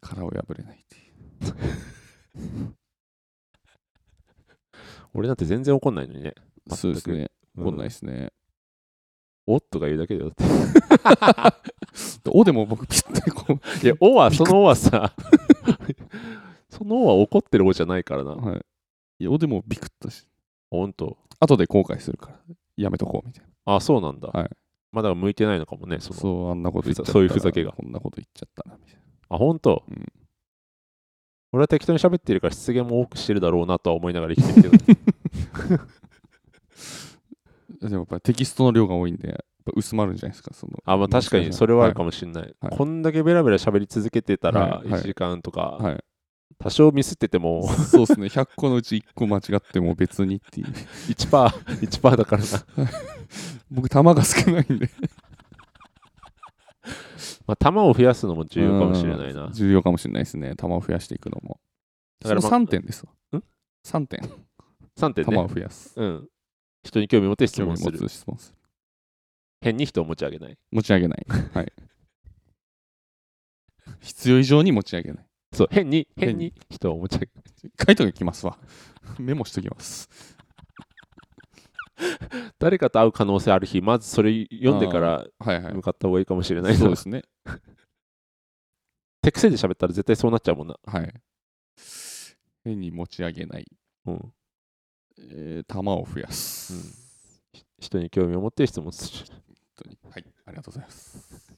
殻を破れないっていう
俺なんて全然怒んないのにね、全く
そうですね
うん
怒んないですね、
おっとか言うだけだよだって
でおでも僕ピッてこ
いやおはそのおはさ そのおは怒ってるおじゃないからな
う、はい、いやおでもビクッとし
ほんと
後で後悔するからやめとこうみたい
あそうなんだ、
はい
まだ向いてないのかもねそ
な
の
そうあんなこと言っちゃった
そういうふざけが
こんなこと言っちゃったなみたいな
あ本当、
うん
俺は適当に喋ってるから失言も多くしてるだろうなとは思いながら生きてるけ
で
ど
もやっぱりテキストの量が多いんでやっぱ薄まるんじゃないですかその
あまあ確かにそれはあるかもしれない、
はい
こんだけベラベラ喋り続けてたら
はいはい
1時間とか、
はい
多少ミスってて も
そうですね100個のうち1個間違っても別にっていう
1%, パー1パーだからな、
僕玉が少ないんで
まあ、弾を増やすのも重要かもしれないな
うん重要かもしれないですね玉を増やしていくのも
だ
だ
か
からら
ま
3点ですわ
ん
3点
3点
玉
ね
を、増やす
うん、人に興味持って質
興
問
味
す
持
る
つ質問する
変に人を持ち上げない
持ち上げないはい必要以上に持ち上げない
そう変に変
変
に
に
人を持ち上げない
書いときますわメモしときます
誰かと会う可能性ある日まずそれ読んでから
はいはい
向かった方がいいかもしれないな
そうですね
手癖で喋ったら絶対そうなっちゃうもんな、
はい変に持ち上げない、
うん、
えー、玉を増やす、
う
うんん、
人に興味を持って質問する。
本当にはいありがとうございます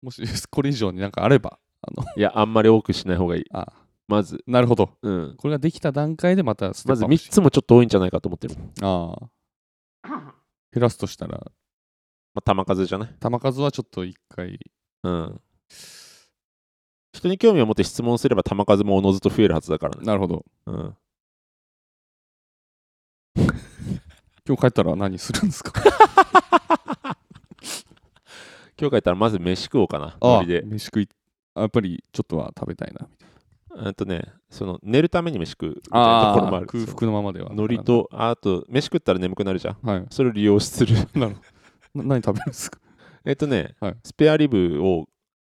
もしこれ以上になんかあればあの
いや、あんまり多くしない方がいい。
あ
まず、
なるほど
うん。
これができた段階でまたステ
ま
ップ
ず
アップ
3
し
つもちょっと多いんじゃないかと思ってる。ま
ああ減らすとしたら
あ、玉数じゃない
玉数はちょっと一回
うん。人に興味を持って質問すれば玉数もおのずと増えるはずだからね。
なるほど
うん。
今日帰ったら何するんです か
今日帰ったらまず飯食おうかな。
あ
ノ
あ
リで。
飯食いあやっぱりちょっとは食べたいなみたい
うんとね、その寝るために飯食うみたい
な
なところもある。
空腹のままでは
そうノリと、ああと、飯食ったら眠くなるじゃん。
はい
それを利用する。
なるほどな何食べるんですか
えっとね、
はい
スペアリブを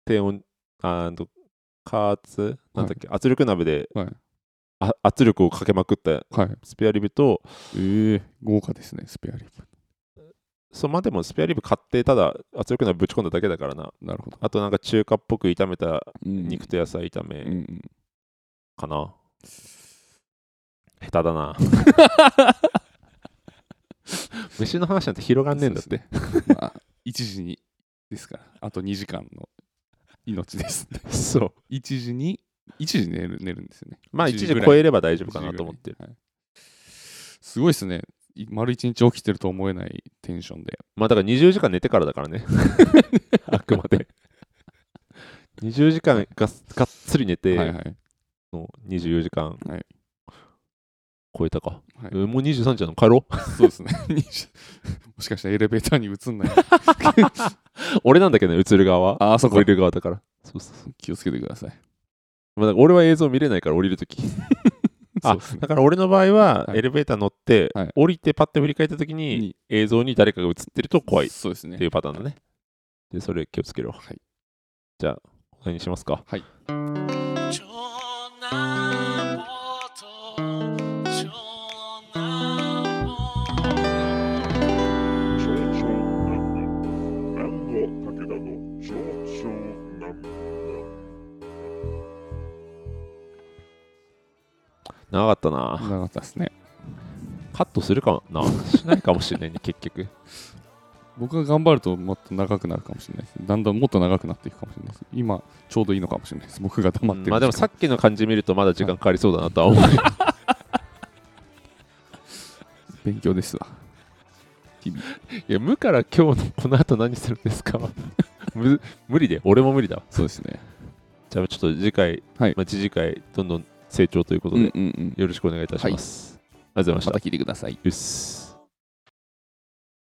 低温、あーんと、加圧、なんだっけ、圧力鍋で、
はい
あ圧力をかけまくった
はい
スペアリブと、
ええ豪華ですねスペアリブ
そう、まあでもスペアリブ買って、ただ圧力鍋ぶち込んだだけだからな。
なるほど
あとなんか中華っぽく炒めた
うん
肉と野菜炒
うんう
め
ん
かな。下手だ な。飯の話なんて広がんねえんだって。
そうですねまあ1時にですからあと2時間の命ですね
そう。
1時に1時に寝る寝るんですよね
まあ1
1時
時
ぐらい
超えれば大丈夫かなと思ってる。
はいすごいですねい丸1日起きてると思えないテンションで
まあだから20時間寝てからだから ね。あくまで。20時間ががっつり寝て、
はいはい
の24時間、
はい
超えたか、
はい
えーもう23時なの帰ろう
そうですね 20もしかしたらエレベーターに移んない
俺なんだけどね映る側は
ああそ
降
こ
りる側だからそうそうそう
気をつけてください
まあ、だから俺は映像見れないから降りるときあ
そうですね
だから俺の場合は
はい
エレベーター乗って、
はい
降りてパッて振り返ったときに
に
映像に誰かが映ってると怖いっ
そうですね
ていうパターンだねでそれ気をつけろ、
はい
じゃあこれにしますか
ちょなぼとちょなぼ
Show
長かったな
長かったですね
カットするかなしないかもしれないね 結局
僕が頑張るともっと長くなるかもしれないですだんだんもっと長くなっていくかもしれないです今ちょうどいいのかもしれないです僕が黙ってる時間、
まあでもさっきの感じ見るとまだ時間かかりそうだなとは思う
勉強ですわ
いや無から今日のこの後何するんですかむ無理で、俺も無理だわ。
そうですね。
じゃあちょっと次回、
はい
まあ、次次回、どんどん成長ということ
うん
で、
うんうん。
よろしくお願いいたします。ありがとうございました
ま。た聞いてください。
うっす